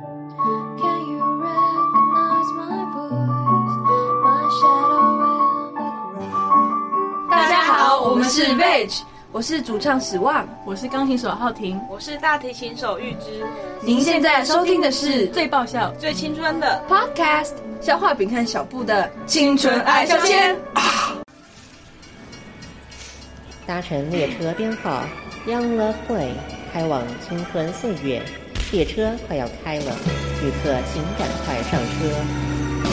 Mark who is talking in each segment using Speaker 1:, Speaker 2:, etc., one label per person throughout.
Speaker 1: Can you recognize my voice? My shadow in the ground.
Speaker 2: 大家好，我们是 Veg，我是主唱史旺。
Speaker 3: 我是钢琴手浩婷，
Speaker 4: 我是大提琴手玉芝，
Speaker 2: 您现在收听的是
Speaker 3: 最爆笑，
Speaker 4: 最青春的
Speaker 2: Podcast 消化饼和小布的青春爱消遣。
Speaker 5: 搭乘列车编号 Young Love Way 开往青春岁月，列车快要开了，旅客请赶快上车。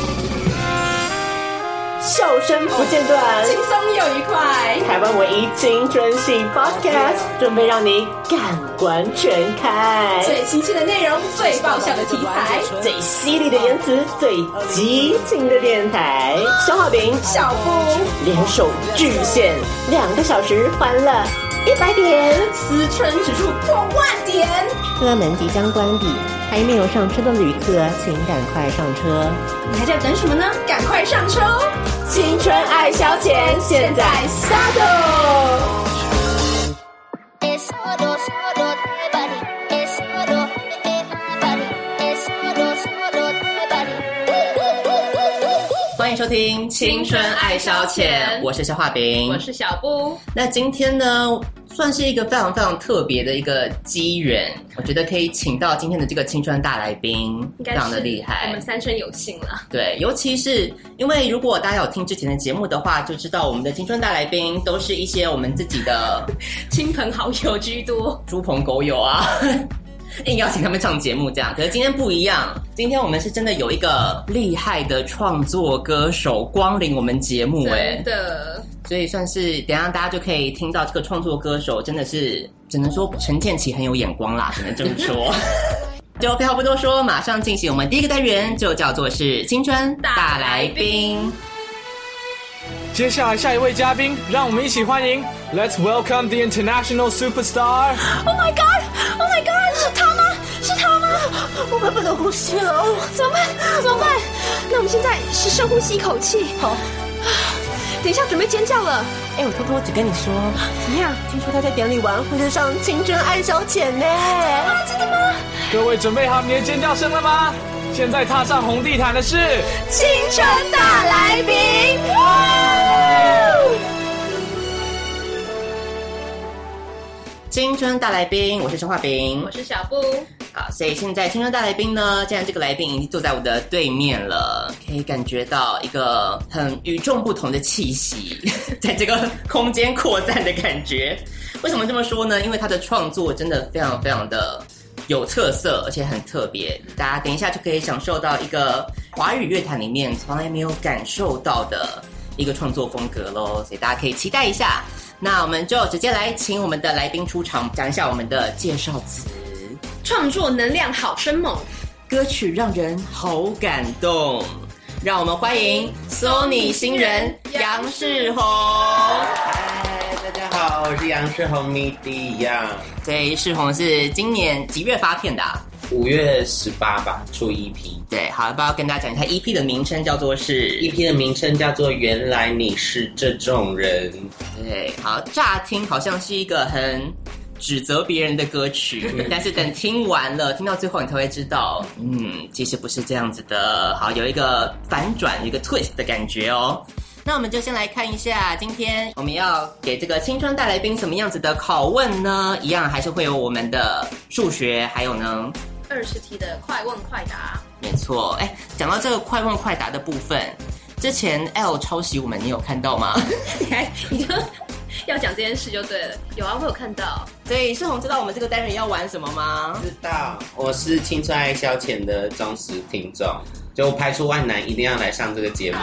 Speaker 6: 笑声不间断，
Speaker 2: 轻松又愉快，
Speaker 6: 台湾唯一青春系 Podcast，准备让你感官全开，
Speaker 2: 最新鲜的内容，最爆笑的题材，
Speaker 6: 最犀利的言辞，最激情的电台，消化饼
Speaker 2: 小布
Speaker 6: 联手巨献两个小时，欢乐一百点。
Speaker 2: 思春指数破万点。
Speaker 5: 车门即将关闭，还没有上车的旅客请赶快上车。
Speaker 2: 你还在等什么呢？赶快上车哦！
Speaker 6: 青春爱消遣，现在
Speaker 2: 下个。
Speaker 7: Es oro, oro de bari. Es oro de bari. Es oro, oro de bari.
Speaker 5: 欢迎收听《青春爱消遣》，我是消化饼，
Speaker 4: 我是小布，
Speaker 5: 那今天呢，算是一个非常非常特别的一个机缘，我觉得可以请到今天的这个青春大来宾，
Speaker 4: 应
Speaker 5: 非
Speaker 4: 该
Speaker 5: 常
Speaker 4: 是
Speaker 5: 的厉
Speaker 4: 我
Speaker 5: 害
Speaker 4: 们。三生有幸了。
Speaker 5: 对，尤其是因为如果大家有听之前的节目的话，就知道我们的青春大来宾都是一些我们自己的
Speaker 4: 亲朋好友居多，
Speaker 5: 猪朋狗友啊， 硬要请他们上节目这样。可是今天不一样，今天我们是真的有一个厉害的创作歌手光临我们节目、哎，
Speaker 4: 真的，
Speaker 5: 所以算是等一下大家就可以听到这个创作歌手真的是只能说陈建奇很有眼光啦，只能这么说。 就废话不多说，马上进行我们第一个单元，就叫做是青春大来宾。
Speaker 8: 接下来下一位嘉宾，让我们一起欢迎，Let's welcome the international superstar。
Speaker 6: 哎，我偷偷只跟你说，怎么样？听说他在典礼完会上青春爱消遣呢。
Speaker 8: 各位准备好你的尖叫声了吗？现在踏上红地毯的是，
Speaker 5: 青春大来宾，我是陈化饼
Speaker 4: 我。是小布，
Speaker 5: 好，所以现在青春大来宾呢，既然这个来宾已经坐在我的对面了，可以感觉到一个很与众不同的气息， 在这个空间扩散的感觉。为什么这么说呢？因为他的创作真的非常非常的有特色，而且很特别。大家等一下就可以享受到一个华语乐坛里面从来没有感受到的一个创作风格喽，所以大家可以期待一下。那我们就直接来请我们的来宾出场，讲一下我们的介绍词。
Speaker 4: 创作能量好生猛，
Speaker 5: 歌曲让人好感动。让我们欢迎 Sony 新人杨世宏。
Speaker 9: 嗨，大家好，我是杨世宏 MIDI 杨，
Speaker 5: 对，世宏是今年几月发片的、啊？
Speaker 9: 五月十八吧出 EP，EP
Speaker 5: 对，好，要不要跟大家讲一下 EP 的名称叫做是？
Speaker 9: 的名称叫做《原来你是这种人》，
Speaker 5: 对，好，乍听好像是一个很指责别人的歌曲，但是等听完了，听到最后你才会知道，嗯，其实不是这样子的。好，有一个反转，有一个 twist 的感觉哦。那我们就先来看一下，今天我们要给这个青春大来宾什么样子的拷问呢？一样还是会有我们的数学，还有呢，
Speaker 4: 二十题的快问快答，
Speaker 5: 没错。哎，讲到这个快问快答的部分，之前 L 抄袭我们，你有看到 吗？
Speaker 4: 你还 你就要讲这件事就对了。有啊，我有看到，
Speaker 5: 所以世宏知道我们这个单元要玩什么吗？
Speaker 9: 知道我是青春爱消遣的忠实听众，就排除万难一定要来上这个节目。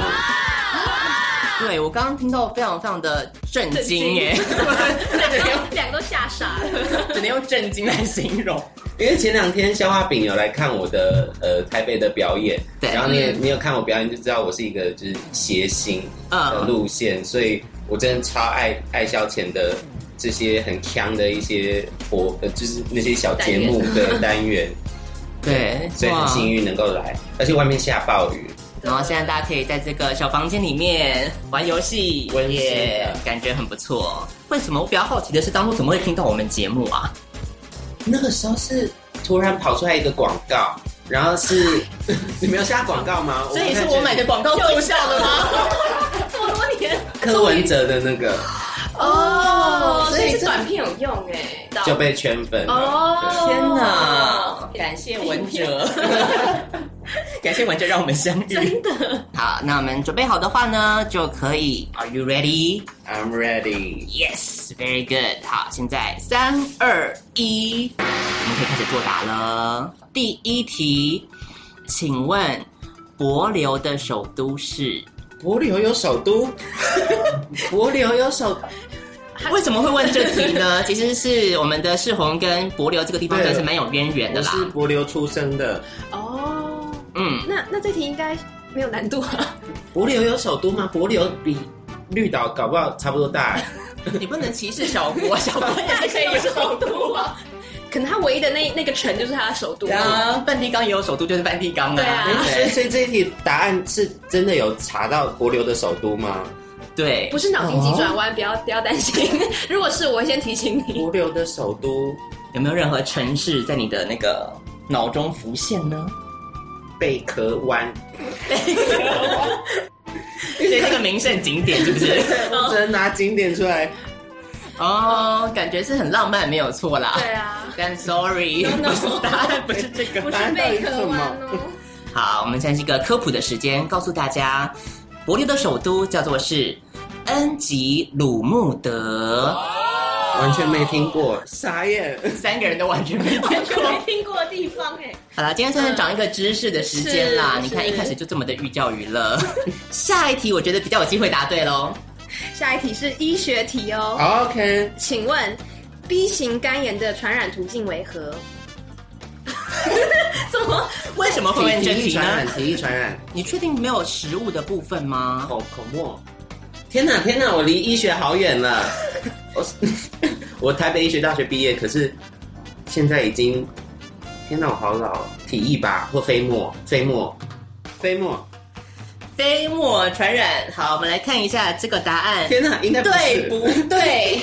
Speaker 5: 对，我刚刚听到非常非常的震惊耶，
Speaker 4: 两个都两个都吓傻了。
Speaker 5: 只能用震惊来形容。
Speaker 9: 因为前两天消化饼有来看我的呃台北的表演，
Speaker 5: 对
Speaker 9: 然后你也你有看我表演就知道我是一个就是谐星
Speaker 5: 嗯呃
Speaker 9: 的路线，所以我真的超爱爱消遣的这些很腔的一些活，呃，就是那些小节目的单 元，
Speaker 5: 对，
Speaker 9: 所以很幸
Speaker 5: 运。
Speaker 9: 运能够来，而且外面下暴雨，
Speaker 5: 然后现在大家可以在这个小房间里面玩游戏，
Speaker 9: 温馨的
Speaker 5: 也感觉很不错。为什么我比较好奇的是，当初怎么会听到我们节目啊？
Speaker 9: 那个时候是突然跑出来一个广告，然后是 你没有下广告 吗？
Speaker 5: 所以是我买的广告奏效了吗？
Speaker 4: 这么 多年
Speaker 9: 柯文哦哲的那个
Speaker 4: 哦，
Speaker 9: 所
Speaker 4: 所
Speaker 9: 以
Speaker 4: 以
Speaker 9: 这
Speaker 4: 是短片有用哎，到
Speaker 9: 就被圈粉了
Speaker 4: 哦，
Speaker 5: 天哪！感谢 文哲， 感谢文哲让我们相遇。真的好，那我们准备好的话呢，就可以。Are you ready?
Speaker 9: 对 I'm ready，
Speaker 5: Yes, very good。好，现在三二一，我们可以开始作答了。第一题，请问帛琉的首都是？
Speaker 9: 柏流有首都， 柏流有首，
Speaker 5: 为什么会问这题 呢？其实是我们的世宏跟帛琉这个地方真的是蛮有渊源的
Speaker 9: 我
Speaker 5: 啦。
Speaker 9: 是柏流出生的，
Speaker 4: 哦，
Speaker 5: 嗯，
Speaker 4: 那那这题应该没有难度啊，
Speaker 9: 柏流有首都吗？柏流比绿岛搞不好差不多 大，
Speaker 5: 你不能歧视小国，小国 也是 可以有首都啊。
Speaker 4: 可能他唯一的那那个城就是他的首都，
Speaker 5: 啊，梵蒂冈也有首都，就是梵蒂冈啊。
Speaker 4: 对啊
Speaker 9: 所以所以这一题答案是真的有查到柏流的首都吗？
Speaker 5: 对，
Speaker 4: 不是脑筋急
Speaker 9: 哦
Speaker 4: 转弯，不要不要担心， 如果是我会先提醒你，
Speaker 9: 柏流的首都
Speaker 5: 有没有任何城市在你的那个脑中浮现 呢？
Speaker 9: 贝壳湾，
Speaker 5: 所以这个名胜景点 是不是？
Speaker 9: 我只能拿景点啊出来。
Speaker 5: 哦，感觉是很浪漫，没有错啦。
Speaker 4: 对啊，
Speaker 5: 但 sorry，不是答案不是这个。
Speaker 4: 不是
Speaker 9: 答案到底
Speaker 4: 贝
Speaker 9: 是
Speaker 4: 壳
Speaker 9: 什么
Speaker 4: 湾哦，
Speaker 5: 好，我们现在是一个科普的时间，告诉大家，伯琉的首都叫做是恩吉鲁穆德。
Speaker 9: 完全没听过，傻眼。
Speaker 5: 三个人都完全没听
Speaker 4: 就没听过的地方哎，
Speaker 5: 好了，今天算是长一个知识的时间啦。
Speaker 4: 嗯是
Speaker 5: 你看一开始就这么的寓教于乐。下一题我觉得比较有机会答对喽。
Speaker 4: 下一题是医学题哦，
Speaker 9: OK，
Speaker 4: 请问 B 型肝炎的传染途径为何？ 怎么？
Speaker 5: 为什么会问这
Speaker 9: 体
Speaker 5: 题
Speaker 9: 液传染，
Speaker 5: 呢？
Speaker 9: 体液传染，
Speaker 5: 你确定没有食物的部分吗？
Speaker 9: 口口沫。天哪，天哪，我离医学好远了。我我台北医学大学毕业，可是现在已经，天哪，我好老。体液吧，或飞沫，飞沫，飞沫。
Speaker 5: 飞沫传染。好，我们来看一下这个答案
Speaker 9: 天哪，应该不
Speaker 5: 对
Speaker 9: 是。
Speaker 5: 不对？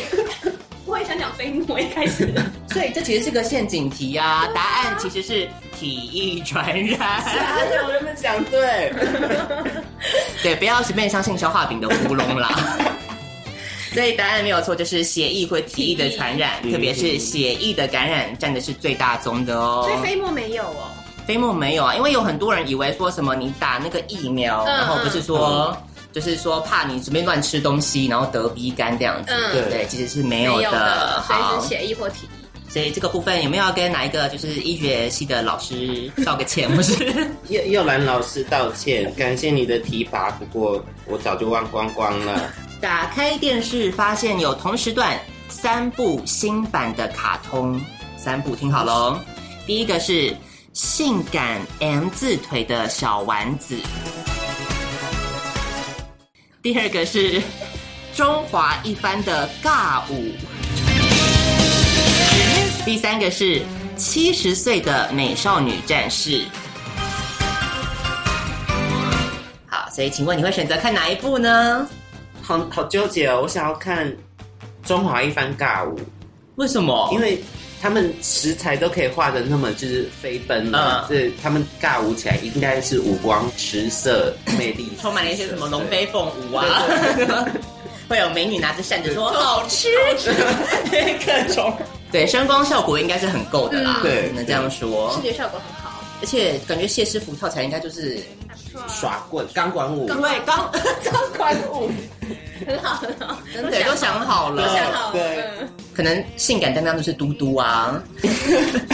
Speaker 4: 我也想讲飞沫一开 始，
Speaker 5: 所以这其实是个陷阱题啊。答案其实是体液传染。
Speaker 9: 而且哎我原本想啊对，
Speaker 5: 对，不要随便相信消化饼的糊弄 啦。所以答案没有错，就是血液或体液的传染，
Speaker 9: 体液
Speaker 5: 特别是血液的感染占的是最大宗的哦
Speaker 4: 所。以飞沫没有哦。
Speaker 5: 飞沫没有啊，因为有很多人以为说什么你打那个疫苗，
Speaker 4: 嗯
Speaker 5: 然后不是说就是说怕你随便乱吃东西，然后得鼻干这样子。
Speaker 4: 嗯
Speaker 9: 对
Speaker 5: 对，其实是没
Speaker 4: 没
Speaker 5: 有
Speaker 4: 有
Speaker 5: 的。
Speaker 4: 所以
Speaker 5: 好
Speaker 4: 是，血液或体液。
Speaker 5: 所以这个部分有没有要跟哪一个就是医学系的老师道个歉？不是，
Speaker 9: 又又兰老师道歉，感谢你的提拔，不过我早就忘光光了。
Speaker 5: 打开电视，发现有同时段三部新版的卡通，三部听好喽。第一个是性感 M 字腿的小丸子，第二个是中华一番的尬舞，第三个是七十岁的美少女战士。好，所以请问你会选择看哪一部呢？
Speaker 9: 好好纠结哦，我想要看《中华一番尬舞》，
Speaker 5: 为什么？
Speaker 9: 因为他们食材都可以画的那么就是飞奔了，
Speaker 5: 嗯
Speaker 9: 所以他们尬舞起来应该是五光十色、魅力，
Speaker 5: 嗯充满了一些什么龙飞凤舞啊，会有美女拿着扇子说好吃，各种。对，声光效果应该是很够的啦，
Speaker 9: 嗯对
Speaker 5: 只能这样说
Speaker 4: 视。觉效果很好，
Speaker 5: 而且感觉谢师傅跳起来应该就是
Speaker 4: 还不错啊，
Speaker 9: 耍棍、钢管舞。
Speaker 5: 对刚刚关舞，
Speaker 4: 很好很好，
Speaker 5: 真的都想好
Speaker 4: 都想
Speaker 5: 了，
Speaker 4: 好
Speaker 9: 对
Speaker 4: 了。嗯
Speaker 5: 可能性感担当就是嘟嘟啊。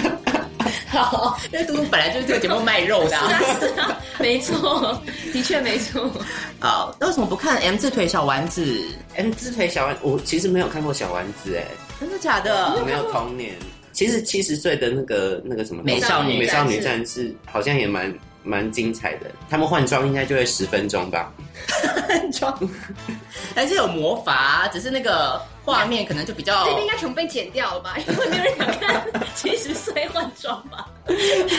Speaker 5: 好，因为嘟嘟本来 就是这个节目卖肉的、啊。
Speaker 4: 是啊，没错，的确没错。
Speaker 5: 好，那为什么不看 M 字腿小丸子？
Speaker 9: M 字腿小丸，我其实没有看过小丸子，哎，
Speaker 5: 真的假的？
Speaker 9: 没有童年。其实七十岁的那个那个什么
Speaker 5: 美少女
Speaker 9: 美少女
Speaker 4: 战
Speaker 9: 战士好像也蛮蛮精彩的，他们换装应该就会十分钟吧。
Speaker 5: 装，还是有魔法，只是那个画面可能就比较
Speaker 4: 这边应该全部被剪掉了吧？因为没有人想看七十岁换装吧？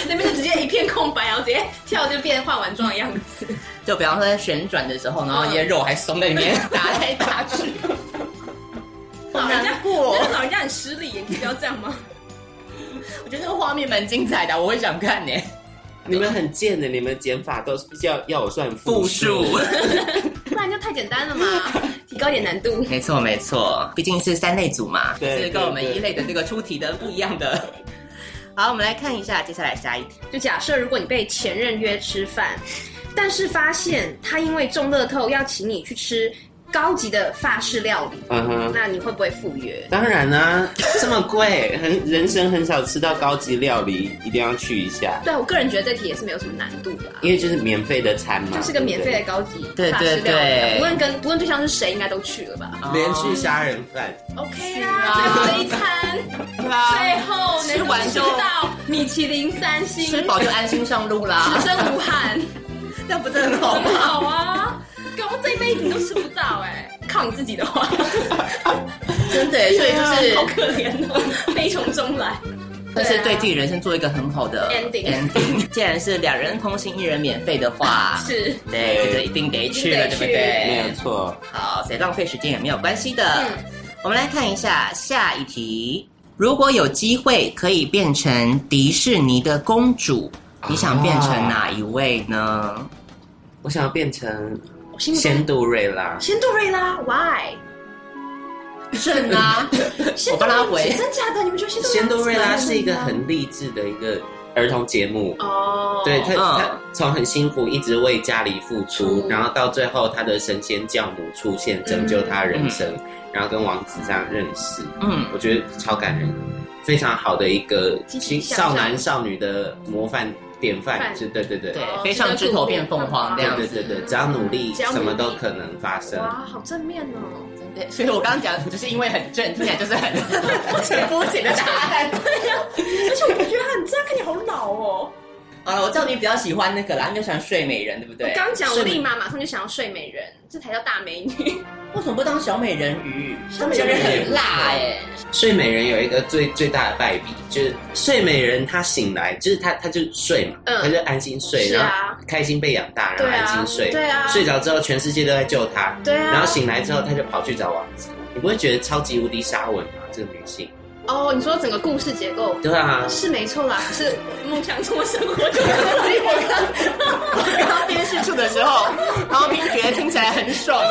Speaker 4: 那边就直接一片空白，然后直接跳就变换完妆的样子。
Speaker 5: 就比方说在旋转的时候，然后一些肉还松在里面嗯 打来打去，
Speaker 4: 老人家
Speaker 5: 难过
Speaker 4: 那个老人家很失礼，你不要这样吗？
Speaker 5: 我觉得那个画面蛮精彩的，我会想看呢。
Speaker 9: 你们很贱的，你们减法都是要要我算
Speaker 5: 复
Speaker 9: 复
Speaker 5: 数。
Speaker 4: 不然就太简单了嘛， 提高点难度。
Speaker 5: 没错没错，毕竟是三类组嘛，
Speaker 9: 对
Speaker 5: 是跟我们
Speaker 9: 对对
Speaker 5: 一类的这个出题的不一样的。好，我们来看一下接下来下一题。
Speaker 4: 就假设如果你被前任约吃饭，但是发现他因为中乐透要请你去吃高级的法式料理，
Speaker 9: 嗯哼，
Speaker 4: 那你会不会赴约？
Speaker 9: 当然啦、 这么贵，很人生很少吃到高级料理，一定要去一下，
Speaker 4: 对啊我个人觉得这题也是没有什么难度的、啊。
Speaker 9: 因为就是免费的餐嘛，
Speaker 4: 就是个免费
Speaker 9: 对
Speaker 4: 的高级
Speaker 5: 对
Speaker 4: 法式料理啊，
Speaker 5: 对
Speaker 4: 不论跟不论对象是谁，应该都去了吧
Speaker 9: 不对连续杀人犯，
Speaker 4: ？OK 啊，最后的一餐，最后
Speaker 5: 吃
Speaker 4: 能够
Speaker 5: 完
Speaker 4: 吃
Speaker 5: 就
Speaker 4: 到米其林三星，
Speaker 5: 吃饱就安心上路啦
Speaker 4: 此，生无憾，
Speaker 5: 这样不是很好
Speaker 4: 很
Speaker 5: 吗？
Speaker 4: 好啊！搞不好这一辈子你都吃不到哎、靠你自己的话，
Speaker 5: 真的耶，所以就是
Speaker 4: 好可怜哦，悲从中来。
Speaker 5: 但是
Speaker 4: 对
Speaker 5: 对
Speaker 4: 啊
Speaker 5: 自己人生做一个很好的
Speaker 4: Ending
Speaker 5: ending 既然是两人同行一人免费的话，
Speaker 4: 啊是
Speaker 5: 对，这个一定得去了，
Speaker 4: 一定得
Speaker 5: 对
Speaker 4: 去
Speaker 5: 不
Speaker 9: 没
Speaker 5: 对
Speaker 9: 有？错。
Speaker 5: 好，所以浪费时间也没有关系的。
Speaker 4: 嗯
Speaker 5: 我们来看一下下一题：如果有机会可以变成迪士尼的公主，你想变成哪一位
Speaker 4: 哦
Speaker 5: 呢？
Speaker 9: 我想要变成
Speaker 4: 我心目中
Speaker 9: 仙杜瑞拉，
Speaker 4: 仙杜瑞拉，Why？
Speaker 5: 正啊， 我帮他回
Speaker 4: 仙杜瑞拉真假的？你们觉得仙杜瑞拉怎
Speaker 9: 仙杜瑞拉
Speaker 4: 么样
Speaker 9: 是一个很励志的一个儿童节目。
Speaker 4: 哦，
Speaker 9: 对他，
Speaker 5: 嗯
Speaker 9: 他从很辛苦一直为家里付出，
Speaker 4: 出
Speaker 9: 然后到最后他的神仙教母出现，拯救他人生，
Speaker 4: 嗯
Speaker 9: 然后跟王子这样认识，
Speaker 5: 嗯，
Speaker 9: 我觉得超感人，非常好的一个
Speaker 4: 积极向上
Speaker 9: 少男少女的模范典范，
Speaker 4: 范
Speaker 9: 是对对对
Speaker 5: 对
Speaker 9: 对，
Speaker 5: 飞上枝头变凤凰这
Speaker 9: 对
Speaker 5: 样
Speaker 9: 对
Speaker 5: 子。
Speaker 9: 对对，只要努力，
Speaker 4: 只要努
Speaker 9: 什
Speaker 4: 力
Speaker 9: 么都可能发生。
Speaker 4: 哇，好正面 哦！
Speaker 5: 对 所以我刚刚讲，只是因为很正，听起来就是很 很肤浅的答 案。
Speaker 4: 而且我觉得很正，看起来好老哦。
Speaker 5: 好了，我知道你比较喜欢那个啦，你就喜欢睡美人，对不
Speaker 4: 我
Speaker 5: 对？
Speaker 4: 刚讲，我
Speaker 5: 睡
Speaker 4: 立马马上就想要睡美人，这才叫大美 女。
Speaker 5: 为什么不当小美人鱼？小美
Speaker 4: 美人
Speaker 5: 人
Speaker 4: 鱼
Speaker 5: 很辣哎、
Speaker 9: 睡美人有一个最最大的败笔，就是睡美人她醒来，就是她她就睡嘛，
Speaker 4: 嗯
Speaker 9: 她就安心睡，
Speaker 4: 是
Speaker 9: 然
Speaker 4: 啊
Speaker 9: 后开心被养大，然
Speaker 4: 对
Speaker 9: 后
Speaker 4: 啊
Speaker 9: 安心睡，
Speaker 4: 对啊
Speaker 9: 睡着之后全世界都在救她，
Speaker 4: 对啊
Speaker 9: 然后醒来之后她就跑去找王子，你不会觉得超级无敌沙文吗？这个女性，
Speaker 4: 哦，你说整个故事结构
Speaker 9: 对啊，
Speaker 4: 是没错啦，可是梦想中的生活就是 我
Speaker 5: 刚刚编叙述的时 候，然后边觉得听起来很爽、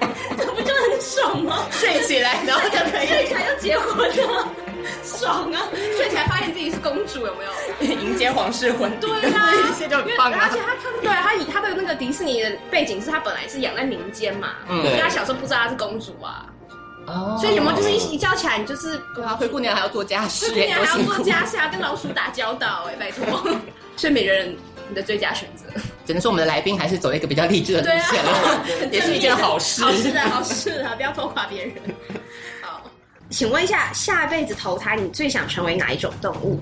Speaker 4: 刚， 这不就很爽吗？
Speaker 5: 睡起来然后就可
Speaker 4: 睡起来就结婚了， 爽啊！睡起来发现自己是公主，有没有？
Speaker 5: 以迎接皇室婚礼，
Speaker 4: 对啊
Speaker 5: 这些就很棒啊
Speaker 4: 而且！他他对他以他的那个迪士尼的背景是他本来是养在民间嘛，
Speaker 5: 嗯
Speaker 4: 所以他小时候不知道她是公主啊，
Speaker 5: 哦
Speaker 4: 所以有没有就是一一觉起来你就是
Speaker 5: 对啊，灰姑娘还要做家事、
Speaker 4: 这姑娘还要做家事啊，跟老鼠打交道哎、 拜托，所以每人你的最佳选 择，
Speaker 5: 只能说我们的来宾还是走一个比较励志的路
Speaker 4: 对啊
Speaker 5: 线了，也是一件好事。
Speaker 4: 好事啊，好事啊，不要拖垮别 人。好，请问一下，下辈子投胎你最想成为哪一种动物？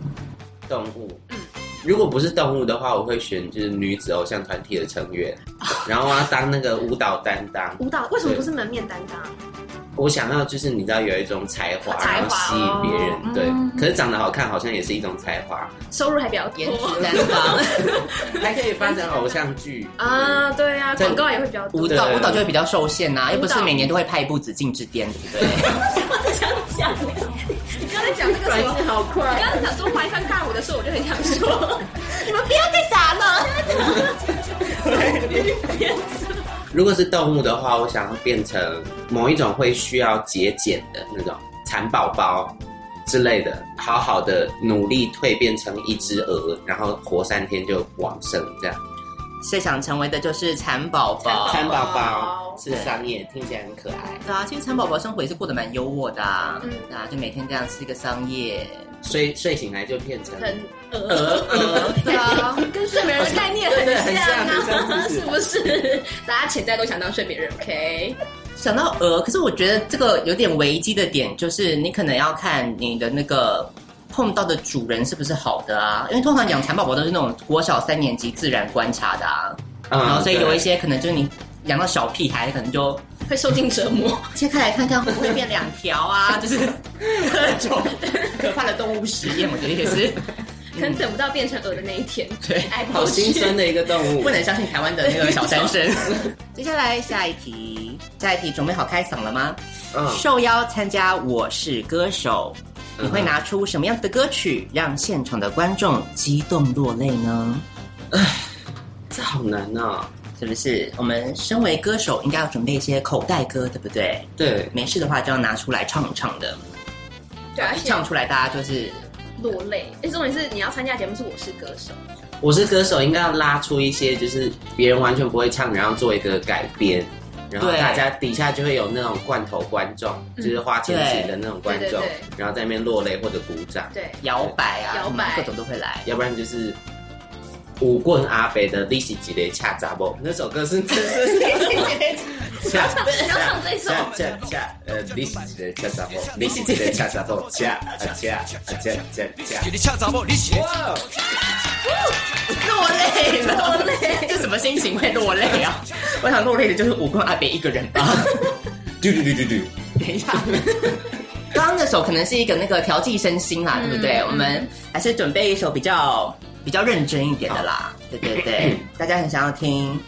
Speaker 9: 动物。
Speaker 4: 嗯
Speaker 9: 如果不是动物的话，我会选就是女子偶像团体的成员，然后我要当那个舞蹈担当。
Speaker 4: 哦舞蹈为什么不是门面担当？
Speaker 9: 我想要就是你知道有一种才华，
Speaker 4: 才华
Speaker 9: 然后吸引别人，
Speaker 4: 哦
Speaker 9: 对。可是长得好看好像也是一种才华，
Speaker 4: 收入还比较多
Speaker 5: 颜值担当，
Speaker 9: 还可以发展偶像剧。
Speaker 4: 啊，对啊，
Speaker 9: 在
Speaker 4: 广告也会比较多。
Speaker 5: 舞蹈舞蹈就会比较受限啊呐、又不
Speaker 4: 舞
Speaker 5: 是
Speaker 4: 蹈
Speaker 5: 每年都会拍一部《紫禁之巅》，对不对？
Speaker 4: 我只想讲，你刚才讲那个什么，好快！你刚才讲中华一番尬舞的时候，我就很想说，你们不要再傻了。
Speaker 9: 如果是动物的话，我想要变成某一种会需要节俭的那种蚕宝宝之类的，好好的努力蜕变成一只鹅，然后活三天就往生这样。
Speaker 5: 最想成为的就是蚕宝宝。
Speaker 9: 蚕宝宝是商业，听起来很可爱，
Speaker 5: 对啊，其实蚕宝宝生活也是过得蛮优渥的啊，对啊，就每天这样吃一个桑叶，
Speaker 9: 睡睡醒来就变成
Speaker 4: 很
Speaker 9: 鹅鹅。
Speaker 5: 对啊，
Speaker 4: 跟睡美人的概念很
Speaker 9: 对很
Speaker 4: 像
Speaker 9: 像很
Speaker 4: 啊，
Speaker 9: 像
Speaker 4: 是不是？大家潜在都想当睡美人，OK？
Speaker 5: 想到鹅，可是我觉得这个有点危机的点就是，你可能要看你的那个碰到的主人是不是好的啊，因为通常养蚕宝宝都是那种国小三年级自然观察的啊，
Speaker 9: 嗯
Speaker 5: 然后所以有一些可能就是你养到小屁孩，可能就
Speaker 4: 会受尽折磨。
Speaker 5: 切开来看看会不会变两条啊，就是 各种可怕的动物实验，我觉得也是
Speaker 4: 可能等不到变成鹅的那一天，
Speaker 5: 对
Speaker 4: 哎，
Speaker 9: 好心酸
Speaker 4: 的。
Speaker 9: 的一个动物，
Speaker 5: 不能相信台湾的那个小三生。 接下来下一题，下一题准备好开嗓了吗？
Speaker 9: 嗯，
Speaker 5: 受邀参加《我是歌手》，你会拿出什么样子的歌曲让现场的观众激动落泪呢？
Speaker 9: 这好难啊！
Speaker 5: 是不是？我们身为歌手，应该要准备一些口袋歌，对不对？
Speaker 9: 对，
Speaker 5: 没事的话就要拿出来唱一唱的，
Speaker 4: 对啊，而
Speaker 5: 一
Speaker 4: 且
Speaker 5: 唱出来大家就是
Speaker 4: 落泪。哎，重点是你要参加节目是《我是歌手
Speaker 9: 我是歌手，应该要拉出一些就是别人完全不会唱，然后做一个改编，然后
Speaker 5: 对
Speaker 9: 大家底下就会有那种罐头观众，就是花钱请的那种观
Speaker 4: 对
Speaker 9: 众
Speaker 4: 对对，
Speaker 9: 然后在那边落泪或者鼓掌》，，
Speaker 4: 对，
Speaker 5: 摇摆啊，
Speaker 4: 摇摆
Speaker 5: 各种都会来。
Speaker 9: 要不然就是。舞棍阿北的《利息几雷恰杂波》那首歌是，真是恰恰
Speaker 4: 你要唱这首
Speaker 9: 恰恰恰，呃，利息几雷恰杂波，利息几雷恰杂波，恰啊恰啊恰恰恰。
Speaker 3: 你恰杂不？你写
Speaker 9: 哇，
Speaker 5: 落泪了，落泪，这什么心情会落泪啊？我想落泪的就是武功阿北一个人吧。
Speaker 9: 嘟嘟嘟嘟嘟，
Speaker 5: 等一下，刚刚那首可能是一个那个调剂身心啦，对不对？我们还是准备一首比较比较认真一点的啦。对对对，大家很想要听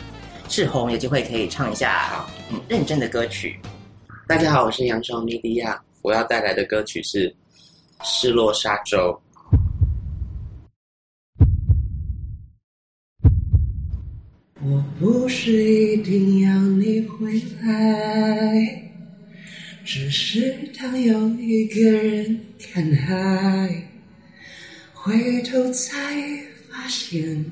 Speaker 5: 志宏，有机会可以唱一下
Speaker 9: 好
Speaker 5: 嗯认真的歌曲。
Speaker 9: 大家好，我是杨双米迪亚，我要带来的歌曲是《失落沙洲》。
Speaker 10: 我不是一定要你回来，只是当有一个人看海，回头才发现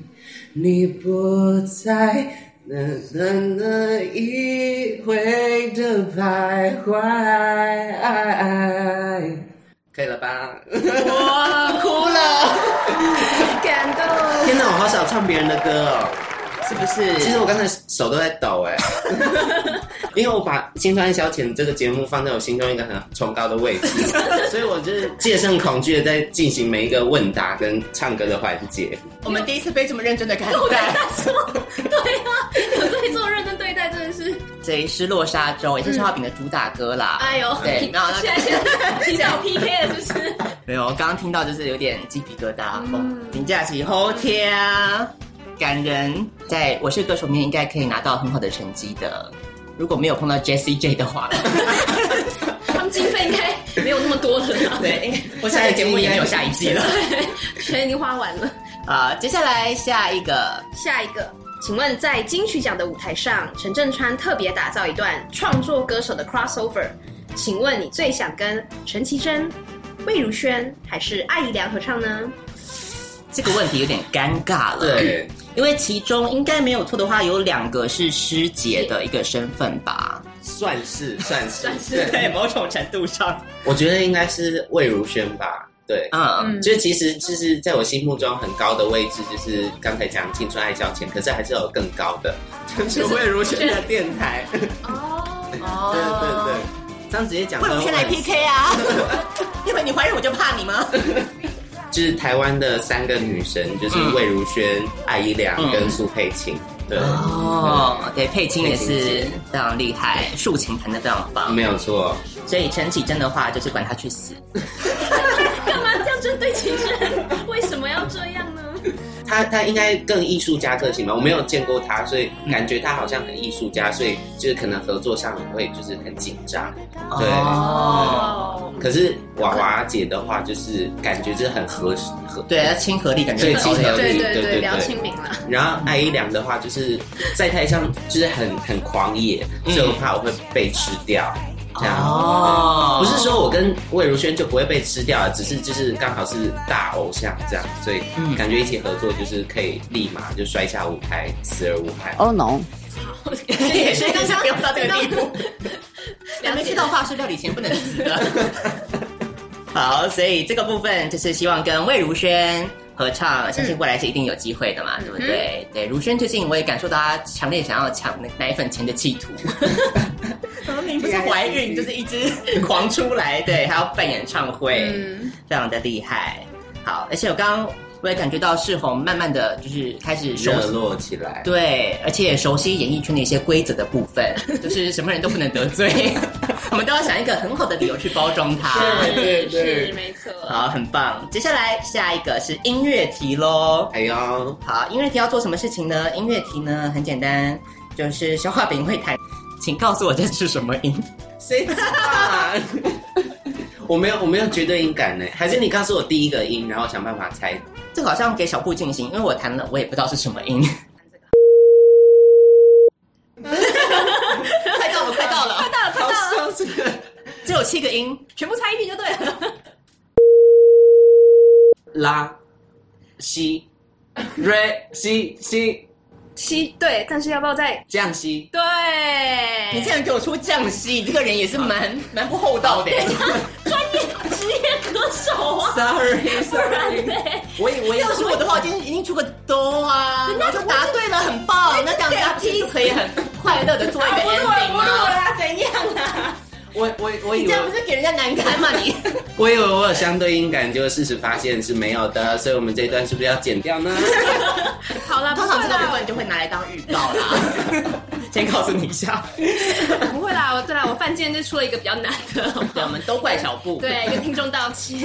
Speaker 10: 你不在。那那那一回的徘徊，
Speaker 9: 可以了吧？
Speaker 5: 哇，哭了，
Speaker 2: 感动。
Speaker 9: 天哪，我好想唱别人的歌哦！
Speaker 5: 是不是？
Speaker 9: 其实我刚才手都在抖哎， 因为我把《心酸消遣》这个节目放在我心中一个很崇高的位置，所以我就是戒慎恐惧的在进行每一个问答跟唱歌的环节。
Speaker 5: 我们第一次被这么认真的看待。
Speaker 4: 对啊， 有对做认真对待真的是，
Speaker 5: 这一是《落沙洲》，也是烧饼的主打歌啦。
Speaker 4: 哎呦，
Speaker 5: 对，然后那
Speaker 4: 现在现在提早 PK 了，是不是？
Speaker 5: 没有，我刚刚听到就是有点鸡皮疙瘩。嗯，评价是后天感人，在我是歌手里面应该可以拿到很好的成绩的。如果没有碰到 Jessie J 的 话，
Speaker 4: 他们经费应该没有那么多了 啦，
Speaker 5: 对，应该我下一个节目也没有下一季了。
Speaker 4: 钱已经花完了。
Speaker 5: 啊，接下来下一个
Speaker 4: 下一个，请问在金曲奖的舞台上，陈振川特别打造一段创作歌手的 crossover，请问你最想跟陈绮贞、魏如萱还是艾怡良合唱呢？
Speaker 5: 这个问题有点尴尬了。，
Speaker 9: 对，
Speaker 5: 因为其中应该没有错的话，有两个是师姐的一个身份吧？
Speaker 9: 算是算是
Speaker 4: 算是
Speaker 9: 对，
Speaker 5: 对，某种程度上，
Speaker 9: 我觉得应该是魏如萱吧。对，
Speaker 5: 嗯，
Speaker 9: 就其实就是在我心目中很高的位置，就是刚才讲青春爱消遣，可是还是有更高的，就是魏如萱的电台。
Speaker 4: 哦，
Speaker 9: 对对对，这样直接讲
Speaker 5: 不
Speaker 9: 都
Speaker 5: 如
Speaker 9: 很，
Speaker 5: 先来 PK 啊！因为你怀孕我就怕你吗？
Speaker 9: 就是台湾的三个女神，就是
Speaker 4: 嗯
Speaker 9: 魏如萱、艾怡良
Speaker 5: 嗯
Speaker 9: 跟苏佩琴。对，
Speaker 5: 哦，对，佩青也
Speaker 9: 佩青
Speaker 5: 是
Speaker 9: 姐
Speaker 5: 非常厉害，竖琴弹得非常棒。
Speaker 9: 嗯没有错。
Speaker 5: 所以陈绮贞的话，就是管他去死。
Speaker 4: 干嘛这样针对绮贞？为什么要这样呢？
Speaker 9: 她她应该更艺术家个性吧？我没有见过她，所以感觉她好像很艺术家，所以就是可能合作上会就是很紧张。对。
Speaker 5: 哦，
Speaker 4: 哦，
Speaker 9: 可是娃娃姐的话，就是感觉就是很合适合
Speaker 5: 对，她亲和力感觉
Speaker 9: 对
Speaker 5: 很高
Speaker 9: 亲和
Speaker 5: 的。
Speaker 9: 力
Speaker 4: 哦对
Speaker 9: 对
Speaker 4: 对
Speaker 9: 对
Speaker 4: 对，聊清明了，
Speaker 9: 然后艾依良的话，就是在台上就是很很狂野，
Speaker 5: 嗯
Speaker 9: 所以我怕我会被吃掉。这样
Speaker 5: 哦
Speaker 9: 不是说我跟魏如萱就不会被吃掉，只是就是刚好是大偶像这样，所以
Speaker 5: 嗯
Speaker 9: 感觉一起合作就是可以立马就摔下舞台，死而无憾。
Speaker 10: 哦 no！
Speaker 5: 也 是，但是不用到这个地 步。还没吃到法式料理前不能死的。 好，所以这个部分就是希望跟魏如萱合唱，相信未来是一定有机会的嘛，对不对？对，如萱最近我也感受到她强烈想要抢那奶粉钱的企图。明明不是怀孕，就是一直狂出来，对，还要办演唱会，非常的厉害。嗯好，而且我刚刚我也感觉到世宏慢慢的就是开始熟
Speaker 9: 热
Speaker 5: 悉
Speaker 9: 络起来，
Speaker 5: 对，而且也熟悉演艺圈的一些规则的部分， 就是什么人都不能得罪， 我们都要想一个很好的理由去包装它。
Speaker 9: 对对对
Speaker 4: 是没错。
Speaker 5: 好，很棒。接下来下一个是音乐题喽。
Speaker 9: 哎呦，
Speaker 5: 好，音乐题要做什么事情呢？音乐题呢很简单，就是消化饼会弹，请告诉我这是什么音。
Speaker 9: 谁知道啊？ 我没有，我没有绝对音感呢，还是你告诉我第一个音，然后想办法猜。
Speaker 5: 这个好像给小布进行，因为我弹了，我也不知道是什么音。 快到了，快到了，快到了，快到了！只有七个音，
Speaker 4: 全部猜一遍就对了。
Speaker 5: 拉、西、瑞、西西、
Speaker 4: 七对，但是要不要再
Speaker 5: 降西。
Speaker 4: 对？
Speaker 5: 你竟然给我出降西，你这个人也是蛮蛮不厚道的。
Speaker 4: 啊 专业职业歌手啊，不
Speaker 5: Sorry，Sorry，
Speaker 4: 然嘞
Speaker 5: 我以我要是我的话，我今天一定出个哆啊，
Speaker 4: 人
Speaker 5: 然
Speaker 4: 家
Speaker 5: 后就答对了，很棒。那这样大家就可以很快乐的做
Speaker 4: 啊
Speaker 5: 一个 ending 吗？
Speaker 4: 啦，怎样啦？
Speaker 9: 我我我以
Speaker 5: 你这
Speaker 9: 为
Speaker 5: 样不是给人家难堪吗？你
Speaker 9: 我以为我有相对音感，结果事实发现是没有的，所以我们这一段是不是要剪掉呢？
Speaker 4: 好了，
Speaker 5: 通常这
Speaker 4: 不会
Speaker 5: 个
Speaker 4: 啦
Speaker 5: 部分就会拿来当预 告啦。先告诉你一下，
Speaker 4: 不会啦，我对啦，我犯贱就出了一个比较难的，好不
Speaker 5: 对，我
Speaker 4: 好
Speaker 5: 们都怪小布。
Speaker 4: 对，跟听众道歉。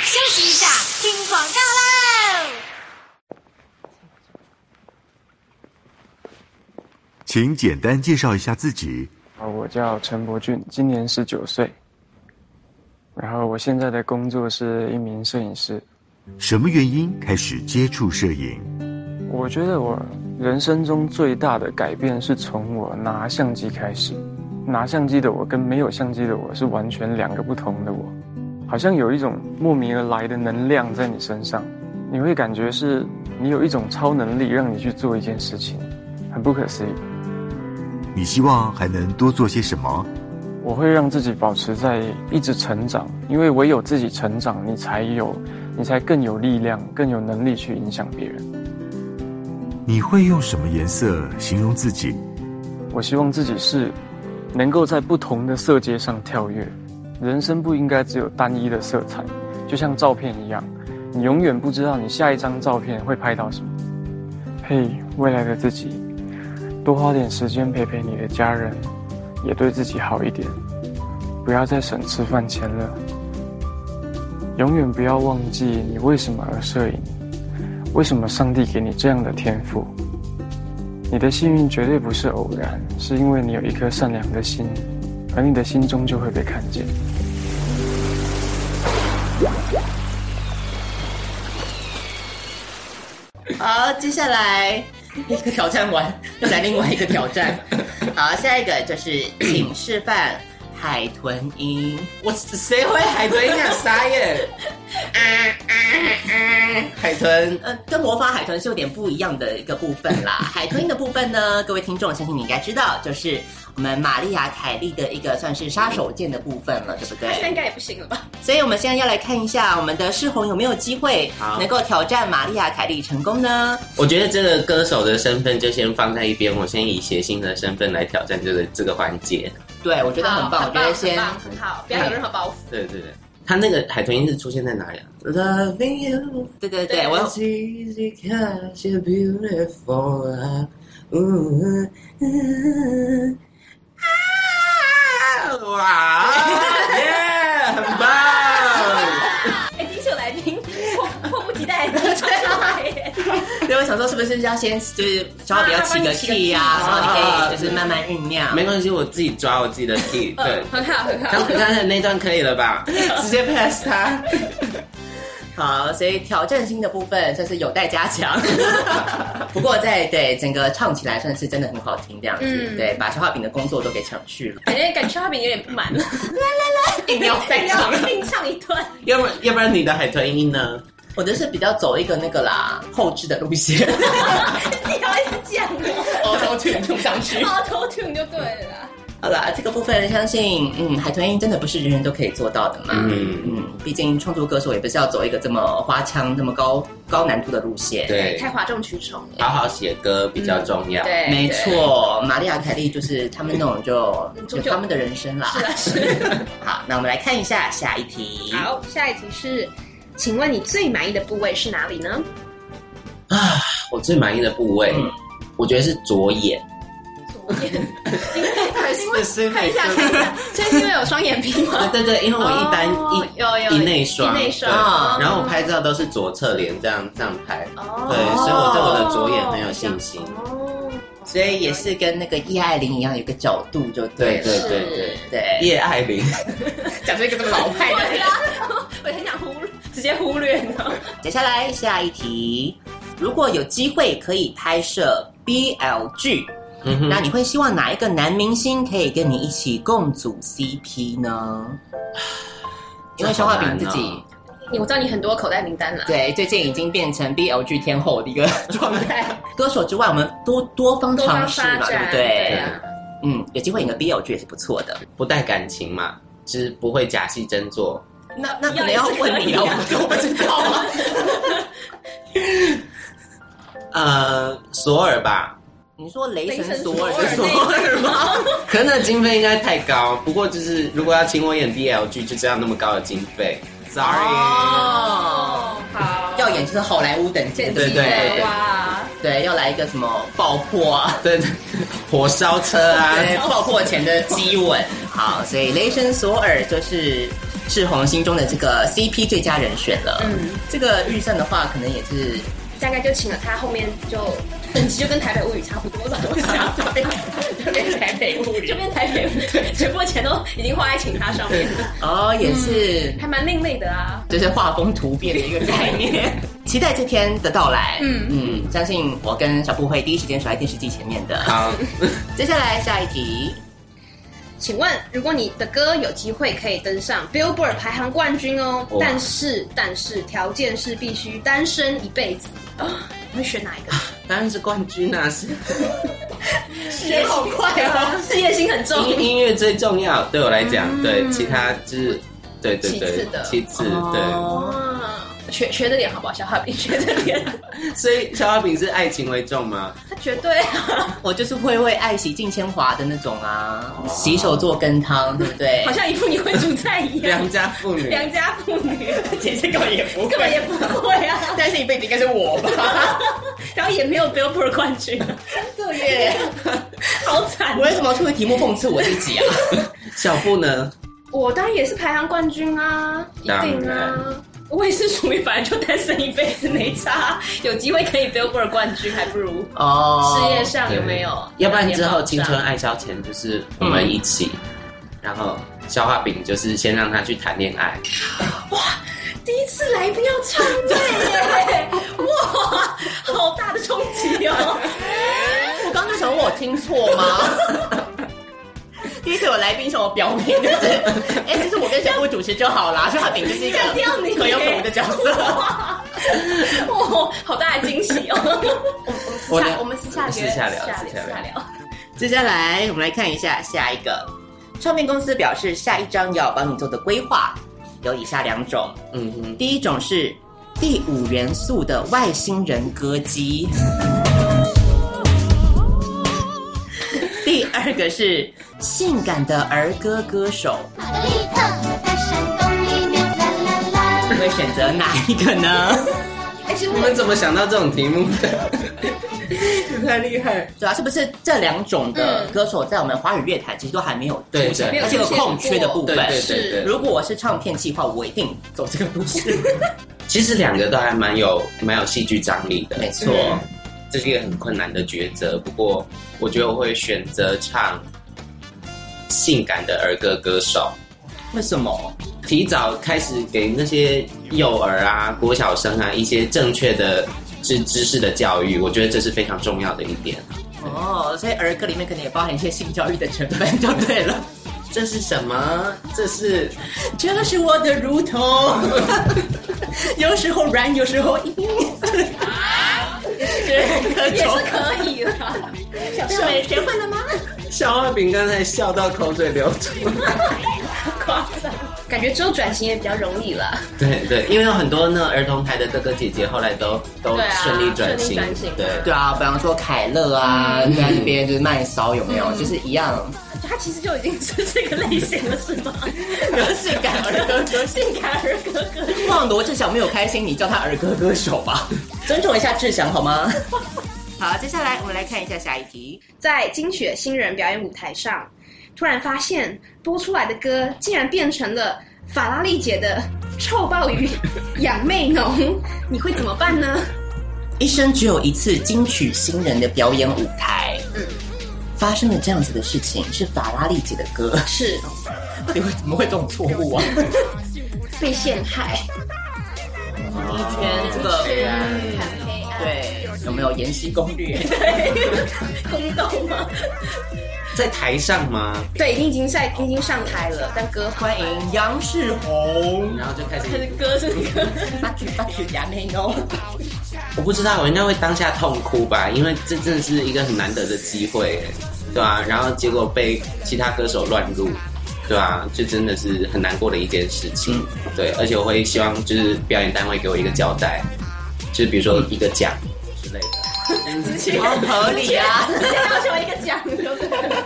Speaker 7: 休息一下，听广告喽。
Speaker 3: 请简单介绍一下自己。
Speaker 11: 好，啊我叫陈博俊，今年十九岁。然后我现在的工作是一名摄影师。
Speaker 3: 什么原因开始接触摄影？
Speaker 11: 我觉得我人生中最大的改变是从我拿相机开始。拿相机的我跟没有相机的我是完全两个不同的我，好像有一种莫名而来的能量在你身上，你会感觉是你有一种超能力让你去做一件事情，很不可思议。
Speaker 3: 你希望还能多做些什么？
Speaker 11: 我会让自己保持在一直成长，因为唯有自己成长，你才有，你才更有力量，更有能力去影响别人。
Speaker 3: 你会用什么颜色形容自己？
Speaker 11: 我希望自己是能够在不同的色阶上跳跃，人生不应该只有单一的色彩，就像照片一样，你永远不知道你下一张照片会拍到什么。嘿，未来的自己，多花点时间陪陪你的家人，也对自己好一点，不要再省吃饭钱了。永远不要忘记你为什么而摄影，为什么上帝给你这样的天赋。你的幸运绝对不是偶然，是因为你有一颗善良的心，而你的心终究会被看见。
Speaker 5: 好，接下来一个挑战完，又来另外一个挑战。好，下一个就是请示范海豚音。我谁会海豚
Speaker 9: 我
Speaker 5: 音
Speaker 9: 一
Speaker 5: 啊？
Speaker 9: 想傻眼，啊啊啊！海豚，
Speaker 5: 呃，跟魔法海豚是有点不一样的一个部分 啦。海豚音的部分呢，各位听众相信你应该知道，就是我们玛丽亚·凯莉的一个算是杀手锏的部分了，对不
Speaker 4: 现在
Speaker 5: 对？
Speaker 4: 应该也不行了吧？
Speaker 5: 所以我们现在要来看一下我们的世红有没有机会
Speaker 9: 好
Speaker 5: 能够挑战玛丽亚·凯莉成功呢？
Speaker 9: 我觉得这个歌手的身份就先放在一边，我先以谐星的身份来挑战这个这个环节。
Speaker 5: 对，我觉得很棒，
Speaker 4: 好很
Speaker 5: 我觉
Speaker 4: 棒，
Speaker 5: 得先
Speaker 4: 很棒，很好，不要有任何包袱。
Speaker 9: 对对对，他那个海豚音是出现在哪里啊？Loving you。
Speaker 5: 对对对， 我
Speaker 9: It's easy 'cause you're beautiful. Uh, ooh, uh, ah, 哇，耶， 很棒！
Speaker 4: 哎，第一次有来宾，迫迫不及待地冲上来耶。
Speaker 5: 对我想说是不是要先就是稍微比较起个 key 啊，然
Speaker 9: 啊
Speaker 5: 后你可以就是慢慢酝酿。
Speaker 9: 没关系，我自己抓我自己的 key。对，
Speaker 4: 很好，很好。
Speaker 9: 刚刚才那段可以了吧？直接 pass 他。
Speaker 5: 好，所以挑战性的部分算是有待加强。不过在对整个唱起来算是真的很好听，这样子、
Speaker 4: 嗯
Speaker 5: 对，把消化饼的工作都给抢去了，
Speaker 4: 感觉哎感觉肖饼有点不满了，
Speaker 5: 一定要再
Speaker 4: 要
Speaker 5: 唱。
Speaker 4: 另唱一段。
Speaker 9: 要不然，要不然你的海豚音呢？
Speaker 5: 我的是比较走一个那个啦后置的路线，
Speaker 4: 你好意思讲我？
Speaker 5: 我头去冲上去。
Speaker 4: 好头 tune 就对了啦。
Speaker 5: 好啦，这个部分相信，嗯，海豚音真的不是人人都可以做到的嘛。
Speaker 9: 嗯
Speaker 5: 嗯，毕竟创作歌手也不是要走一个这么花腔、这么高高难度的路线。，
Speaker 9: 对，
Speaker 4: 太哗众取宠了。
Speaker 9: 好好写歌比较重要。
Speaker 4: 对，
Speaker 5: 没错，玛丽亚·凯莉就是他们那种就
Speaker 4: 终
Speaker 5: 有
Speaker 4: 究
Speaker 5: 他们的人生啦。
Speaker 4: 对。是啊，
Speaker 5: 好，那我们来看一下下一题
Speaker 4: 是。。好，下一题是，请问你最满意的部位是哪里呢？
Speaker 9: 我最满意的部位
Speaker 5: 嗯，
Speaker 9: 我觉得是左眼。
Speaker 4: 左眼。
Speaker 9: 看一下，
Speaker 4: 看一下，这嗯是因为有双眼皮吗？
Speaker 9: 对对，因为我一单
Speaker 4: 哦
Speaker 9: 一
Speaker 4: 有有
Speaker 9: 一内双，
Speaker 4: 一内双
Speaker 9: 对
Speaker 4: 哦
Speaker 9: 然后我拍照都是左侧脸这样这样拍，
Speaker 4: 哦
Speaker 9: 对，所以我对我的左眼很有信心。
Speaker 4: 哦，
Speaker 5: 所以也是跟那个叶爱玲一样，有个角度就
Speaker 9: 对
Speaker 5: 了。
Speaker 9: 对
Speaker 4: 是
Speaker 9: 对对，
Speaker 5: 对，
Speaker 9: 叶爱玲，
Speaker 5: 讲出一个这么老派的。
Speaker 4: 我很想忽 直接忽略呢。
Speaker 5: 接下来下一题，如果有机会可以拍摄 BL 剧，
Speaker 9: 嗯哼
Speaker 5: 那你会希望哪一个男明星可以跟你一起共组 CP 呢？因为消化饼自己、
Speaker 4: 你我知道你很多口袋名单了，
Speaker 5: 对最近已经变成 BL 剧天后的一个状 态，歌手之外，我们多多方
Speaker 4: 多方
Speaker 5: 尝试
Speaker 4: 发
Speaker 5: 嘛，对
Speaker 4: 展
Speaker 5: 不
Speaker 4: 对啊
Speaker 5: 嗯，有机会演个 BL 剧也是不错的。
Speaker 9: 不带感情嘛，就是不会假戏真做。
Speaker 5: 那那可能要问你啊，我我不知道啊。
Speaker 9: 呃，索尔吧，
Speaker 5: 你说 雷神
Speaker 4: 神
Speaker 5: 索尔
Speaker 4: 索尔
Speaker 5: 是索尔吗？
Speaker 9: 可能那个经费应该太高。不过就是如果要请我演 BL 剧，就这样那么高的经费，sorry。
Speaker 5: 哎哦，
Speaker 4: 好，啊
Speaker 5: 要演就是好莱坞等级的，
Speaker 9: 对对对对
Speaker 4: 哇，
Speaker 5: 对，要来一个什么爆破啊，
Speaker 9: 对，对火烧车啊，
Speaker 5: 对，爆破前的激吻。好，所以雷神索尔就是志宏心中的这个 CP 最佳人选了。嗯，这个预算的话，可能也是
Speaker 4: 大概就请了他，后面就等级就跟台北物语差不多了，我想就变就变台北物 语，就变台北物语，只不过钱都已经花在请他上面了，
Speaker 5: 哦，也是、
Speaker 4: 还蛮另类的啊。
Speaker 5: 就是画风突变的一个概 念。期待这天的到来。
Speaker 4: 嗯
Speaker 5: 嗯，相信我跟小布会第一时间守在电视机前面的。
Speaker 9: 好，
Speaker 5: 接下来下一题，
Speaker 4: 请问，如果你的歌有机会可以登上 Billboard 排行冠军哦，
Speaker 9: 哇
Speaker 4: 但是但是条件是必须单身一辈子啊，你会选哪一个？
Speaker 9: 当然是冠军啊，是
Speaker 4: 事业好快啊，事业心很重。
Speaker 9: 音音乐最重要，对我来讲，对其他就是对对对，
Speaker 4: 其次的
Speaker 9: 其次对，
Speaker 4: 哇学学着点好不好？小哈比学着点，
Speaker 9: 所以小花饼是爱情为重吗？
Speaker 4: 他绝对啊，
Speaker 5: 我就是会为爱洗尽铅华的那种啊，洗手做羹汤，对不 对？
Speaker 4: 好像一副你会煮菜一样
Speaker 9: 良。家妇女，
Speaker 4: 良家妇女，
Speaker 5: 姐姐根本也不
Speaker 4: 根本也不会啊，
Speaker 5: 但是一辈子应该是我吧？
Speaker 4: 然后也没有 Billboard 冠军，
Speaker 5: 对耶，
Speaker 4: 好惨
Speaker 5: 我。为什么要出个题目讽刺我自己 啊？
Speaker 9: 小布呢？
Speaker 4: 我当然也是排行冠军啊，一
Speaker 9: 当
Speaker 4: 定
Speaker 9: 然
Speaker 4: 啊。我也是属于反正就单身一辈子没差，有机会可以 Billboard 冠军，还不如
Speaker 5: 哦，
Speaker 4: 事业上有没有？
Speaker 9: 要不然之后
Speaker 4: 有没有保障
Speaker 9: 青春爱消遣就是我们一起，然后消化饼就是先让他去谈恋爱，
Speaker 4: 第一次来宾要创业 耶，哇，好大的冲击哦！
Speaker 5: 我刚刚就想问我听错吗？ 第一次有来宾向我表明，就是哎、其实我跟小布主持就好啦，所以他顶 就是一个
Speaker 4: 干掉你
Speaker 5: 可有可无的角色。
Speaker 4: 哇，好大的惊喜哦！我
Speaker 9: 我
Speaker 4: 们
Speaker 9: 的
Speaker 4: 私下我们私下
Speaker 9: 私下聊私
Speaker 4: 私
Speaker 9: 下
Speaker 4: 下
Speaker 9: 聊
Speaker 4: 聊。
Speaker 5: 接下来我们来看一下下一个，唱片公司表示下一张要帮你做的规划有以下两种，
Speaker 9: 嗯哼，
Speaker 5: 第一种是第五元素的外星人歌姬，第二个是性感的儿歌歌手，
Speaker 7: 玛格丽特在山洞里面啦啦啦。
Speaker 5: 你会选择哪一个呢？
Speaker 4: 哎，其实
Speaker 9: 你
Speaker 4: 我
Speaker 9: 们怎么想到这种题 目的？ 太厉害！嗯
Speaker 5: 对啊，是不是这两种的歌手在我们华语乐坛其实都还没有
Speaker 9: 对
Speaker 5: 出现，
Speaker 9: 对
Speaker 5: 它是个空缺的部分。
Speaker 9: 对对对
Speaker 4: 是
Speaker 9: 对，
Speaker 5: 如果我是唱片计划，我一定走这个路 线。
Speaker 9: 其实两个都还蛮有蛮有戏剧张力的，
Speaker 5: 没错
Speaker 9: 嗯这是一个很困难的抉择。不过我觉得我会选择唱性感的儿歌歌手，
Speaker 5: 为什么？
Speaker 9: 提早开始给那些幼儿啊、国小生啊一些正确的知知识的教育，我觉得这是非常重要的一点。
Speaker 5: 哦，所以儿歌里面可能也包含一些性教育的成分，就对了。
Speaker 9: 这是什么？这是
Speaker 5: 这是我的乳头， 有时候软，有时候硬，对，各
Speaker 4: 也
Speaker 5: 种
Speaker 4: 是可以啦。小
Speaker 5: 是
Speaker 4: 妹
Speaker 5: 学会了吗？
Speaker 9: 小花饼刚才笑到口水流出 来。
Speaker 4: 感觉之后转型也比较容易了。
Speaker 9: 对对，因为有很多那儿童台的哥哥姐姐后来都都
Speaker 4: 对啊
Speaker 9: 顺利转型，
Speaker 4: 顺利转型
Speaker 9: 对
Speaker 5: 对啊，比方说凯乐啊，在那边就是卖骚，有没有？就是一样，
Speaker 4: 他其实就已经是这个类型了，是吗？
Speaker 5: 有性感儿歌歌手。
Speaker 4: 性感儿歌歌，
Speaker 5: 望罗志祥没有开心，你叫他儿歌歌手吧，尊重一下志祥好吗？ 好，接下来我们来看一下下一题。
Speaker 4: 在金曲的新人表演舞台上，突然发现播出来的歌竟然变成了法拉利姐的《臭鲍鱼养妹农》，你会怎么办呢？
Speaker 5: 一生只有一次金曲新人的表演舞台，嗯，发生了这样子的事情，是法拉利姐的歌，
Speaker 4: 是
Speaker 5: 你会怎么会这种错误啊？
Speaker 4: 被陷害，
Speaker 5: 一圈这个嗯对有没有延禧攻略？
Speaker 4: 宫斗吗？
Speaker 9: 在台上吗？
Speaker 4: 对，你已经在，你已经上台了，但歌
Speaker 5: 欢迎央视红，
Speaker 9: 然后就开始
Speaker 4: 开始歌这个，
Speaker 5: 八曲八曲牙哦没有。
Speaker 9: 我不知道，我应该会当下痛哭吧，因为这真的是一个很难得的机会，对啊，然后结果被其他歌手乱入，对啊，这真的是很难过的一件事情。
Speaker 4: 嗯
Speaker 9: 对，而且我会希望就是表演单位给我一个交代，就是比如
Speaker 4: 嗯
Speaker 9: 说一个奖之 类的。
Speaker 4: 直接
Speaker 5: 很合理啊
Speaker 4: 直接要求一个奖就对了。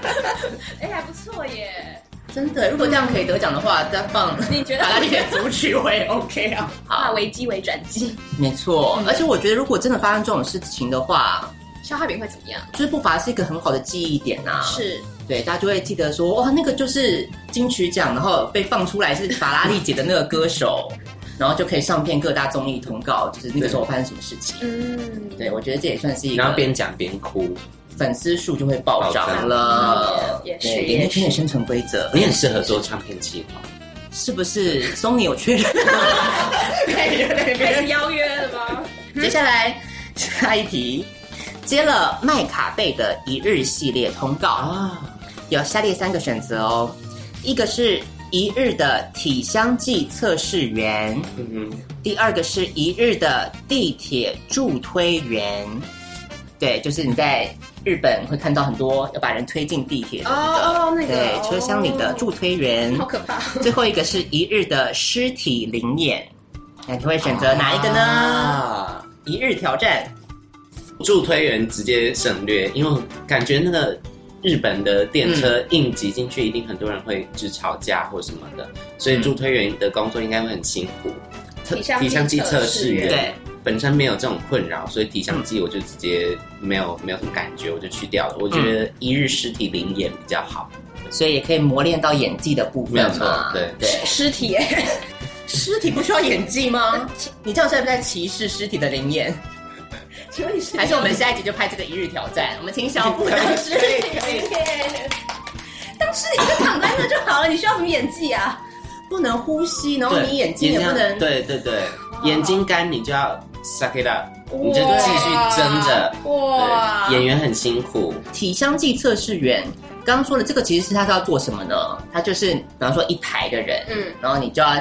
Speaker 4: 哎，还不错耶。
Speaker 5: 真的，如果这样可以得奖的话，再放
Speaker 4: 你觉得
Speaker 5: 打到嗯你的组曲我也 OK 啊。
Speaker 4: 化危机为转机，
Speaker 5: 没错，而且我觉得如果真的发生这种事情的话，
Speaker 4: 消化饼会怎么样？
Speaker 5: 就是不乏是一个很好的记忆点啊。。
Speaker 4: 是
Speaker 5: 对，大家就会记得说，哇，那个就是金曲奖，然后被放出来是法拉利姐的那个歌手，然后就可以上片各大综艺通告，就是那个时候发生什么事情。
Speaker 4: 嗯，
Speaker 5: 对，我觉得这也算是一
Speaker 9: 然后
Speaker 5: 个
Speaker 9: 边讲边哭，
Speaker 5: 粉丝数就会暴涨
Speaker 4: 了
Speaker 5: 了。
Speaker 4: 嗯也是
Speaker 5: 对，
Speaker 4: 也
Speaker 5: 演
Speaker 4: 是
Speaker 5: 艺圈的生存规则，
Speaker 9: 你很适合做唱片企划。
Speaker 5: 是不是？松你有确认？
Speaker 4: 开始邀约了吗？
Speaker 5: 接下来 下一题，接了麦卡贝的一日系列通告
Speaker 9: 啊，
Speaker 5: 有下列三个选择哦，一个是一日的体香剂测试员，
Speaker 9: 嗯哼，
Speaker 5: 第二个是一日的地铁助推员，对，就是你在日本会看到很多要把人推进地铁的那
Speaker 4: 哦，那
Speaker 5: 个，
Speaker 4: 个哦
Speaker 5: 对，车厢里的助推员。
Speaker 4: 好可怕。
Speaker 5: 最后一个是一日的尸体灵眼，那你会选择哪一个呢？
Speaker 9: 啊
Speaker 5: 一日挑战，
Speaker 9: 助推员直接省略，因为感觉那个日本的电车硬挤进去，一定很多人会只吵架或什么的，所以助推员的工作应该会很辛苦。
Speaker 4: 体香
Speaker 9: 体香
Speaker 4: 机
Speaker 9: 机
Speaker 4: 测
Speaker 9: 测
Speaker 4: 试
Speaker 9: 试
Speaker 4: 员
Speaker 9: 员
Speaker 5: 对
Speaker 9: 本身没有这种困扰，所以体香机我就直接没有没有什么感觉，我就去掉了。我觉得一日尸体灵眼比较好，
Speaker 5: 所以也可以磨练到演技的部分
Speaker 9: 没有错
Speaker 5: 嘛，
Speaker 9: 对
Speaker 5: 对。
Speaker 4: 尸体耶，
Speaker 5: 尸体不需要演技吗？呃你这样算不算歧视尸体的灵验？
Speaker 4: 请问你是
Speaker 5: 还是我们下一集就拍这个一日挑战？我们请小布当尸体灵验，
Speaker 4: 当尸体就躺在那就好了，你需要什么演技啊？
Speaker 5: 不能呼吸，然后
Speaker 9: 对
Speaker 5: 你眼睛也不能。
Speaker 9: 对对对，眼睛干你就要 suck it up，你就继续睁着。
Speaker 4: 哇
Speaker 9: 对，演员很辛苦，
Speaker 5: 体香剂测试员刚刚说的这个其实是他是要做什么呢？他就是比方说一排的人，
Speaker 4: 嗯
Speaker 5: 嗯，然后你就要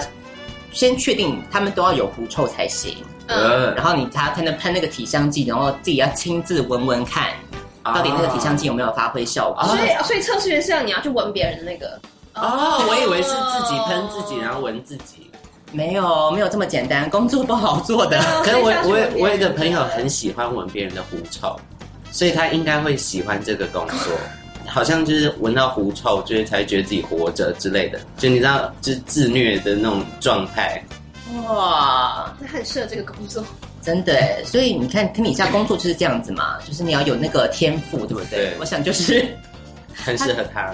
Speaker 5: 先确定他们都要有狐臭才行，
Speaker 4: 嗯
Speaker 9: 呃
Speaker 5: 然后你才才能喷那个体香剂，然后自己要亲自闻闻看，到底那个体香剂有没有发挥效果。
Speaker 9: 啊
Speaker 4: 所以所以测试员是要你要去闻别人的那个，
Speaker 9: 哦，我以为是自己喷自己，然后闻自己。
Speaker 5: 没有没有这么简单，工作不好做的。
Speaker 9: 可是我
Speaker 4: 所以是要去
Speaker 9: 我
Speaker 4: 闻别人
Speaker 9: 我有一个朋友很喜欢闻别人的狐臭，所以他应该会喜欢这个工作。好像就是闻到狐臭，就是才觉得自己活着之类的，就你知道，就是自虐的那种状态。
Speaker 5: 哇，
Speaker 4: 他很适合这个工作。
Speaker 5: 真的耶，所以你看，听你一下工作就是这样子嘛，就是你要有那个天赋，对不对？
Speaker 9: 对
Speaker 5: 我想就是
Speaker 9: 很适合他。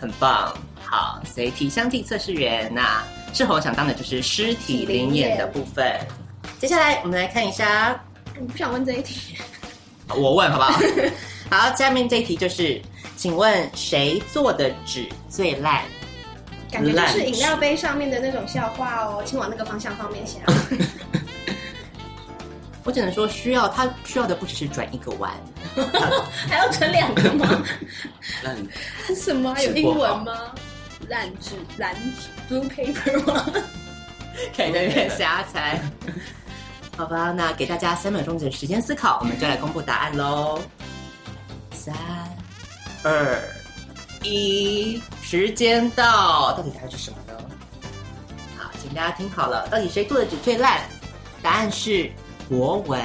Speaker 5: 很棒。好，所以体香剂测试员那志宏想当的就是尸体灵眼的部分。接下来我们来看一下，
Speaker 4: 我不想问这一题，
Speaker 5: 我问好不好？ 好，下面这一题就是，请问谁做的纸最烂？
Speaker 4: 感觉就是饮料杯上面的那种笑话哦，请往那个方向方面 想。
Speaker 5: 我只能说需要他需要的不只是转一个弯，
Speaker 4: 还要整两个吗？
Speaker 9: 烂
Speaker 4: 什么啊？有英文吗？烂纸、蓝纸、blue paper 吗？
Speaker 5: 可以在那瞎 猜。好吧，那给大家三秒钟的时间思考，我们就来公布答案喽。三、二、一，时间到，到底答案是什么呢？好，请大家听好了，到底谁做的纸最烂？答案是国文。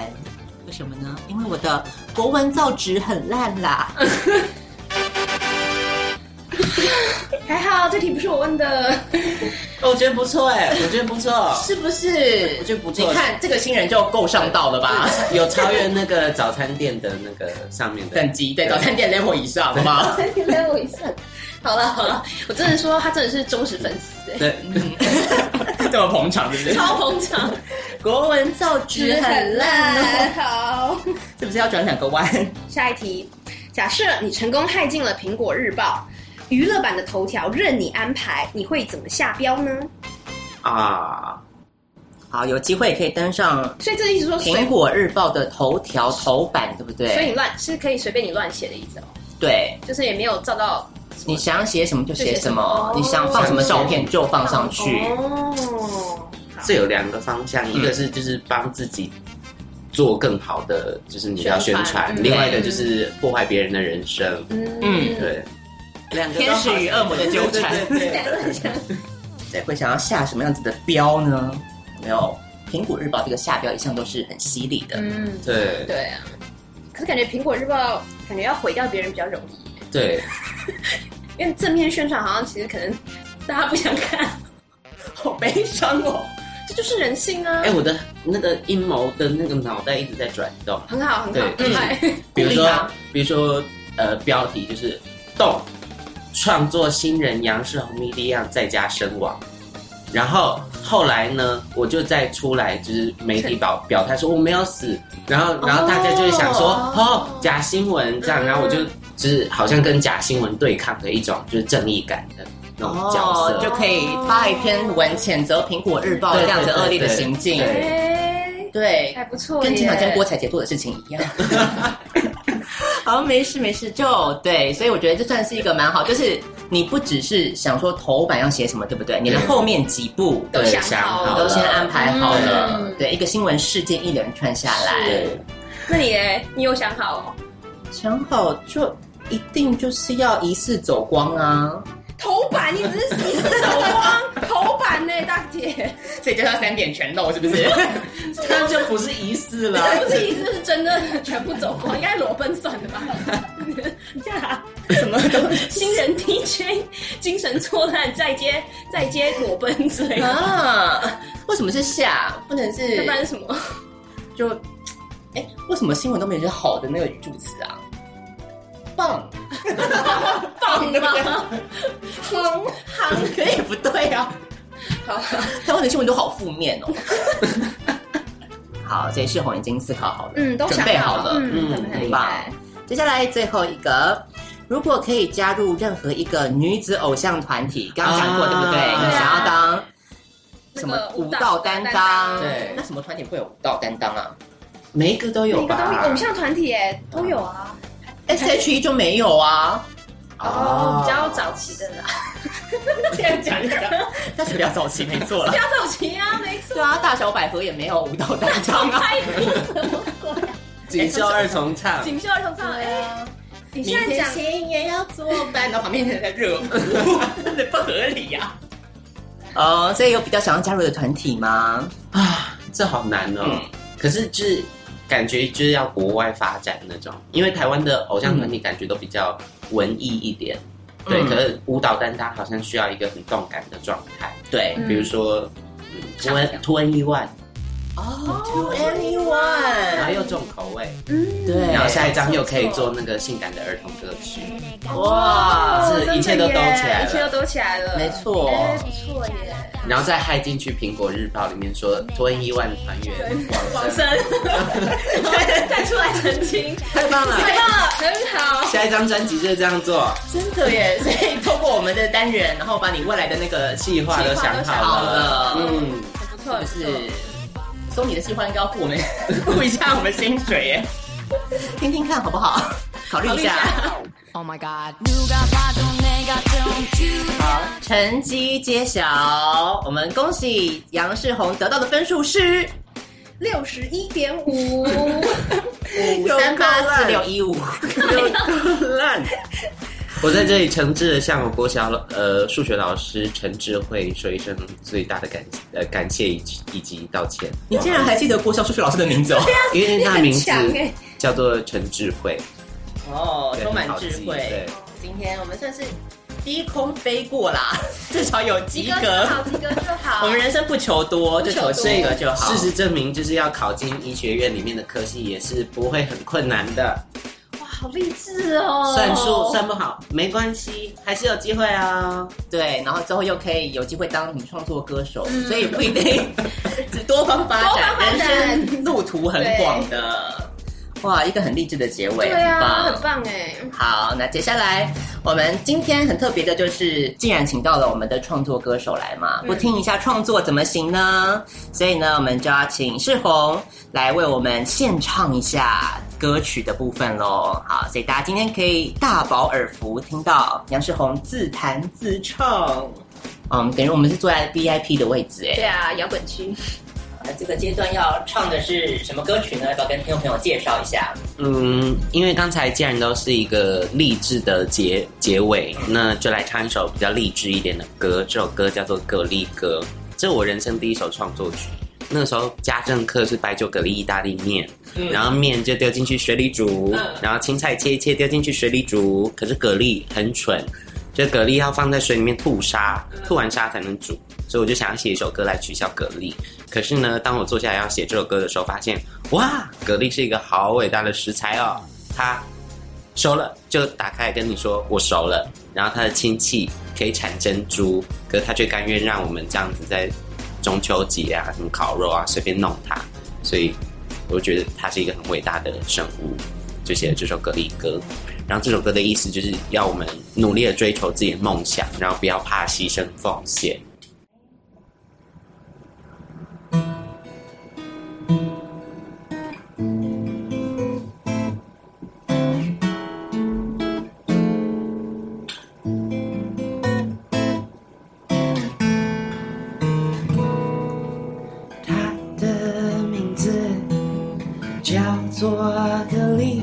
Speaker 5: 为什么呢？因为我的国文造纸很烂啦。
Speaker 4: 还好这题不是我问的，
Speaker 9: 我觉得不错哎，我觉得不错，
Speaker 5: 是不是？
Speaker 9: 我觉得不错。
Speaker 5: 你看这个新人就够上道了 吧？
Speaker 9: 有超越那个早餐店的那个上面的
Speaker 5: 等级对，早餐店 level 以上，好不 好？
Speaker 4: 你来我一下。 好了好了，我真的说他真的是忠实粉丝，哎
Speaker 9: 对，
Speaker 5: 这么捧场，是不是？
Speaker 4: 超捧场，
Speaker 5: 国文造纸很烂哦，
Speaker 4: 烂。好，
Speaker 5: 是不是要转两个弯？
Speaker 4: 下一题，假设你成功害进了《苹果日报》，娱乐版的头条任你安排，你会怎么下标呢？
Speaker 5: 啊。 好，有机会可以登上，
Speaker 4: 所以这意思说随
Speaker 5: 苹果日报的头条头版，对不对？
Speaker 4: 所以你乱是可以随便你乱写的意思哦，
Speaker 5: 对，
Speaker 4: 就是也没有照到
Speaker 5: 你想写什么就写什么，
Speaker 4: 就
Speaker 5: 你
Speaker 4: 写什么
Speaker 5: 想放什么照片就放上去。
Speaker 4: 哦，
Speaker 9: 这有两个方向，一个是就是帮自己做更好的，就是你要宣
Speaker 5: 宣
Speaker 9: 传；，嗯
Speaker 5: 传
Speaker 9: 另外一个就是破坏别人的人生。
Speaker 5: 嗯
Speaker 9: 对，
Speaker 5: 两
Speaker 9: 个都好天使与恶魔的纠缠对对对
Speaker 5: 对，会想要下什么样子的标呢？有没有，苹果日报这个下标一向都是很犀利 的。
Speaker 4: 嗯，
Speaker 9: 对
Speaker 4: 对啊。可是感觉苹果日报感觉要毁掉别人比较容易，
Speaker 9: 对，
Speaker 4: 因为正面宣传好像其实可能大家不想看，好悲伤哦。这就是人性啊！
Speaker 9: 哎、我的那个阴谋的那个脑袋一直在转动。
Speaker 4: 很好，很好，
Speaker 9: 对
Speaker 4: 很好。
Speaker 9: 比如说，比如说，呃，标题就是“动创作新人杨世宏、米莉亚在家身亡”，然后后来呢，我就再出来就是媒体表表态说我没有死，然
Speaker 4: 哦
Speaker 9: 后然后大家就会想说
Speaker 5: 哦
Speaker 9: 哦假新闻这样，然后我就就是好像跟假新闻对抗的一种就是正义感的那种角色，
Speaker 5: 哦，就可以发一篇文谴责苹果日报
Speaker 9: 对
Speaker 5: 这
Speaker 9: 对
Speaker 5: 样子恶劣的
Speaker 9: 对对
Speaker 5: 行 径。
Speaker 4: 哎，
Speaker 5: 对，
Speaker 4: 还不错耶，
Speaker 5: 跟前两天郭采洁做的事情一 样。好，没事没事，就对，所以我觉得这算是一个蛮好，就是你不只是想说头版要写什么，对不对？你的后面几步
Speaker 4: 都想好了
Speaker 5: 都先安排好了。
Speaker 4: 嗯
Speaker 5: 对，一个新闻事件一连串下来，
Speaker 9: 是
Speaker 4: 那你嘞？你有想好哦？
Speaker 5: 想好就一定就是要一次走光啊。
Speaker 4: 头版，你只是你只是走光 头版呢，大姐，
Speaker 5: 所以就要三点全漏，是不是？
Speaker 9: 他就不是疑似了，
Speaker 4: 不是你 这是真的全部走光，应该裸奔算了 吧？呀，
Speaker 5: 什么都
Speaker 4: 新人 DJ 精神错乱，再接再接裸奔之类的，
Speaker 5: 啊？为什么是下？不能是
Speaker 4: 要不然是什 么？
Speaker 5: 就，哎，为什么新闻都没有一些好的那个语助词啊？棒，
Speaker 4: 棒
Speaker 5: 对不对
Speaker 4: 吗？
Speaker 5: 行行，可也不对啊。
Speaker 4: 好了，
Speaker 5: 台湾的新闻都好负面哦。 好，所以世宏已经思考好了，
Speaker 4: 嗯都想
Speaker 5: 准备
Speaker 4: 好
Speaker 5: 好
Speaker 4: 了
Speaker 5: 了，
Speaker 4: 嗯准备很
Speaker 5: 很
Speaker 4: 厉
Speaker 5: 棒
Speaker 4: 害。
Speaker 5: 接下来最后一个，如果可以加入任何一个女子偶像团体，刚刚讲过、
Speaker 9: 啊
Speaker 5: 对不对？
Speaker 9: 对啊
Speaker 5: 你想要当什么
Speaker 4: 啊那个
Speaker 5: 舞蹈担
Speaker 4: 舞蹈担
Speaker 5: 当？
Speaker 4: 当
Speaker 9: 对
Speaker 5: 那什么团体会有舞蹈担当啊
Speaker 9: 每一个都有
Speaker 4: 每个都有偶
Speaker 9: 吧？
Speaker 4: 像团体耶，都有啊。
Speaker 5: ？S H E 就没有啊，
Speaker 4: 哦，比较早期的啦， 这样 讲的，
Speaker 5: 但是比较早期，没错
Speaker 4: 比
Speaker 5: 了
Speaker 4: 较。早期啊，没 错。
Speaker 5: 对啊，大小百合也没有舞蹈担当啊。
Speaker 4: 拍谱什么鬼？
Speaker 9: 锦绣二重唱，
Speaker 4: 锦绣儿童唱，哎，你
Speaker 5: 明
Speaker 4: 现在
Speaker 5: 天
Speaker 4: 讲
Speaker 5: 心也要作伴，然后旁边人在热 舞，真的不合理啊呀、哦，所以有比较想要加入的团体吗？
Speaker 9: 啊，这好难哦。
Speaker 5: 嗯
Speaker 9: 可是就是感觉就是要国外发展那种，因为台湾的偶像团体感觉都比较文艺一点，对。
Speaker 5: 嗯
Speaker 9: 可是舞蹈担当好像需要一个很动感的状态，
Speaker 5: 对，
Speaker 9: 比如说
Speaker 4: 唱
Speaker 9: 嗯 t w e n t
Speaker 5: 哦，To anyone，
Speaker 9: 然后又重口味，
Speaker 5: 对，
Speaker 9: 然后下一张又可以做那个性感的儿童歌曲，
Speaker 5: 哇，
Speaker 4: 哦
Speaker 9: 是
Speaker 4: 真的
Speaker 9: 一切都
Speaker 4: 耶
Speaker 9: 兜起来了
Speaker 4: 一切都兜起来了，
Speaker 5: 没错，
Speaker 4: 不错耶，
Speaker 9: 然后再嗨进去《苹果日报》里面说 t w e n t 团 员
Speaker 4: 往生，再出来澄清，
Speaker 9: 太棒了，
Speaker 4: 太棒了，很好，
Speaker 9: 下一张专辑就是这样做，
Speaker 5: 真的耶！ 所以透过我们的单元，然后把你未来的那个
Speaker 9: 计划都想
Speaker 5: 计划都
Speaker 9: 好了，
Speaker 5: 想好了
Speaker 9: 嗯。
Speaker 4: 很不错，
Speaker 5: 就
Speaker 4: 不
Speaker 5: 是
Speaker 4: 错。
Speaker 5: 收你的计划应该要付我们 付一下我们薪水耶，听听看好不好？考虑一下。Oh my god！好，成绩揭晓，我们恭喜杨世宏得到的分数是
Speaker 4: 六十一点五，
Speaker 5: 五三八四六一五。
Speaker 9: 烂。我在这里诚挚的向我国小老呃数学老师陈智慧说一声最大的感呃感谢以及以及道歉，
Speaker 5: 你竟然还记得郭校数学老师的名字哦？
Speaker 9: 因为他的名字
Speaker 4: 你很强欸
Speaker 9: 叫做陈智慧，
Speaker 5: 哦，
Speaker 9: 对
Speaker 5: 充满
Speaker 9: 很好
Speaker 5: 智
Speaker 9: 记
Speaker 5: 慧
Speaker 9: 对。
Speaker 5: 今天我们算是低空飞过啦， 至少有及
Speaker 4: 及
Speaker 5: 格
Speaker 4: 格。就好，及格就好。
Speaker 5: 我们人生不求多，就求及格就好。
Speaker 9: 事实证明，就是要考进医学院里面的科系也是不会很困难的，
Speaker 4: 哇，好励志哦！
Speaker 9: 算数算不好没关系，还是有机会啊。
Speaker 5: 对，然后之后又可以有机会当女创作歌手，所以不一定嗯 只多方发
Speaker 4: 多方
Speaker 5: 展，
Speaker 4: 发展
Speaker 5: 人生路途很广的。哇，一个很励志的结尾，
Speaker 4: 对啊，
Speaker 5: 很
Speaker 4: 很
Speaker 5: 棒。
Speaker 4: 棒哎。
Speaker 5: 好，那接下来我们今天很特别的就是，既然请到了我们的创作歌手来嘛，
Speaker 4: 嗯
Speaker 5: 不听一下创作怎么行呢？所以呢，我们就要请世红来为我们献唱一下歌曲的部分喽。好，所以大家今天可以大饱耳福，听到杨世红自弹自唱。嗯，等于我们是坐在 VIP 的位置哎。
Speaker 4: 对啊，摇滚区。
Speaker 5: 这个阶段要唱的是什么歌曲呢？要不要跟听众朋友介绍一下？
Speaker 9: 嗯，因为刚才既然都是一个励志的结结尾，那就来唱一首比较励志一点的歌。这首歌叫做《蛤蜊歌》，这是我人生第一首创作曲。那个时候家政课是白酒蛤蜊意大利面，
Speaker 5: 嗯
Speaker 9: 然后面就丢进去水里煮，然后青菜切一切丢进去水里煮。可是蛤蜊很蠢，这蛤蜊要放在水里面吐沙，吐完沙才能煮。所以我就想要写一首歌来取笑蛤蜊。可是呢，当我坐下来要写这首歌的时候，发现哇，蛤蜊是一个好伟大的食材哦，它熟了就打开来跟你说我熟了，然后他的亲戚可以产珍珠，可是他却甘愿让我们这样子在中秋节啊、什么烤肉啊随便弄它，所以我觉得它是一个很伟大的生物，就写了这首蛤蜊歌。然后这首歌的意思就是要我们努力的追求自己的梦想，然后不要怕牺牲奉献。
Speaker 12: 的名字叫做蛤蜊，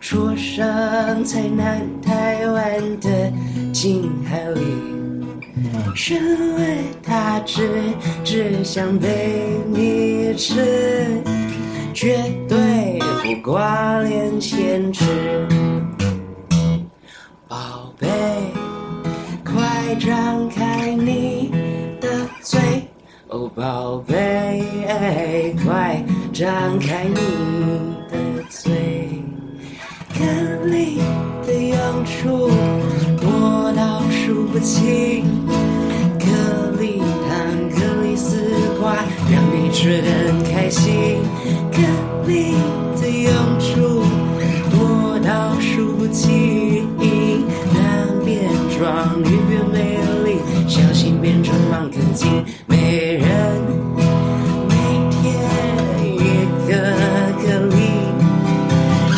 Speaker 12: 出生在南台湾的近海里，身为大只，只想被你吃，绝对不挂脸先吃。宝贝，快张开你的嘴。哦，宝贝，快张开你的嘴。蛤蜊的用处多到数不清，蛤蜊汤、蛤蜊丝瓜，让你吃得很开心。蛤蜊的用处多到数不清，南边庄，女边美丽，小心变成盲根筋，美人。每天一个蛤蜊。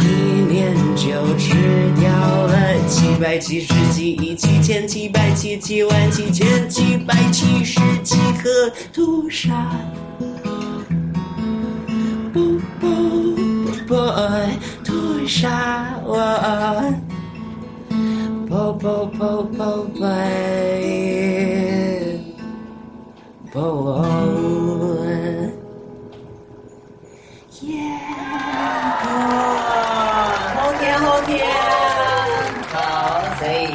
Speaker 12: 一年就吃掉了七百七十几亿七千七百七七万七千七百七十几颗土沙。不不不不，土沙我，不不不不不，不
Speaker 5: 后天后天，好，所以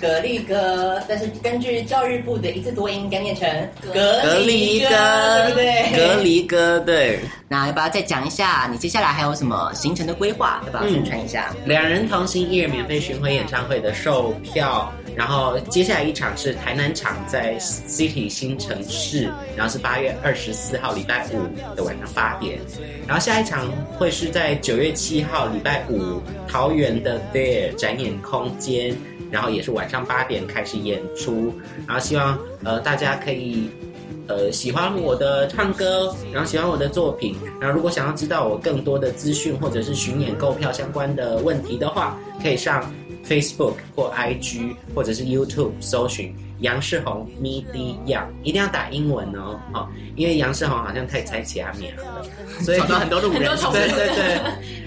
Speaker 5: 蛤蜊哥，但是根据教育部的一字多音，应该念成
Speaker 9: 隔离
Speaker 5: 哥，对不对？
Speaker 9: 隔。离哥，对。
Speaker 5: 那要不要再讲一下你接下来还有什么行程的规划？要不要宣传一下？
Speaker 9: 两人同行一人免费巡回演唱会的售票，然后接下来一场是台南场在 City 新城市，然后是八月二十四号礼拜五的晚上八点，然后下一场会是在九月七号礼拜五桃园的 There 展演空间，然后也是晚上八点开始演出，然后希望呃大家可以呃喜欢我的唱歌，然后喜欢我的作品，然后如果想要知道我更多的资讯或者是巡演购票相关的问题的话，可以上 Facebook 或 IG 或者是 YouTube 搜寻杨世宏 Me D 杨，一定要打英文哦，哦，因为杨世宏好像太猜其他名了，所以
Speaker 5: 找到很多路人
Speaker 9: 对对对 对。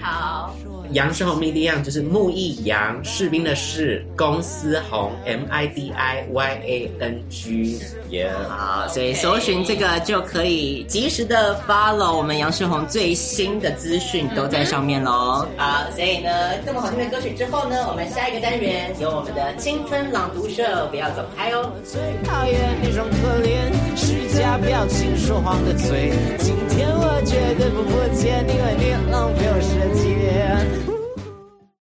Speaker 4: 好，
Speaker 9: 杨世宏 m i d 样就是木易杨，士兵的士，公司红 M I D I Y A N G，耶、啊
Speaker 5: 好，所以搜寻这个就可以及时的 follow 我们杨世宏最新的资讯都在上面喽。好，所以呢，这么好听的歌曲之后呢，我们下一个单元由我们的青春朗读社，不要走开哦。
Speaker 12: 最讨厌那种可怜、虚假表情、说谎的嘴。今天我绝对不付钱，因为你浪费我时间。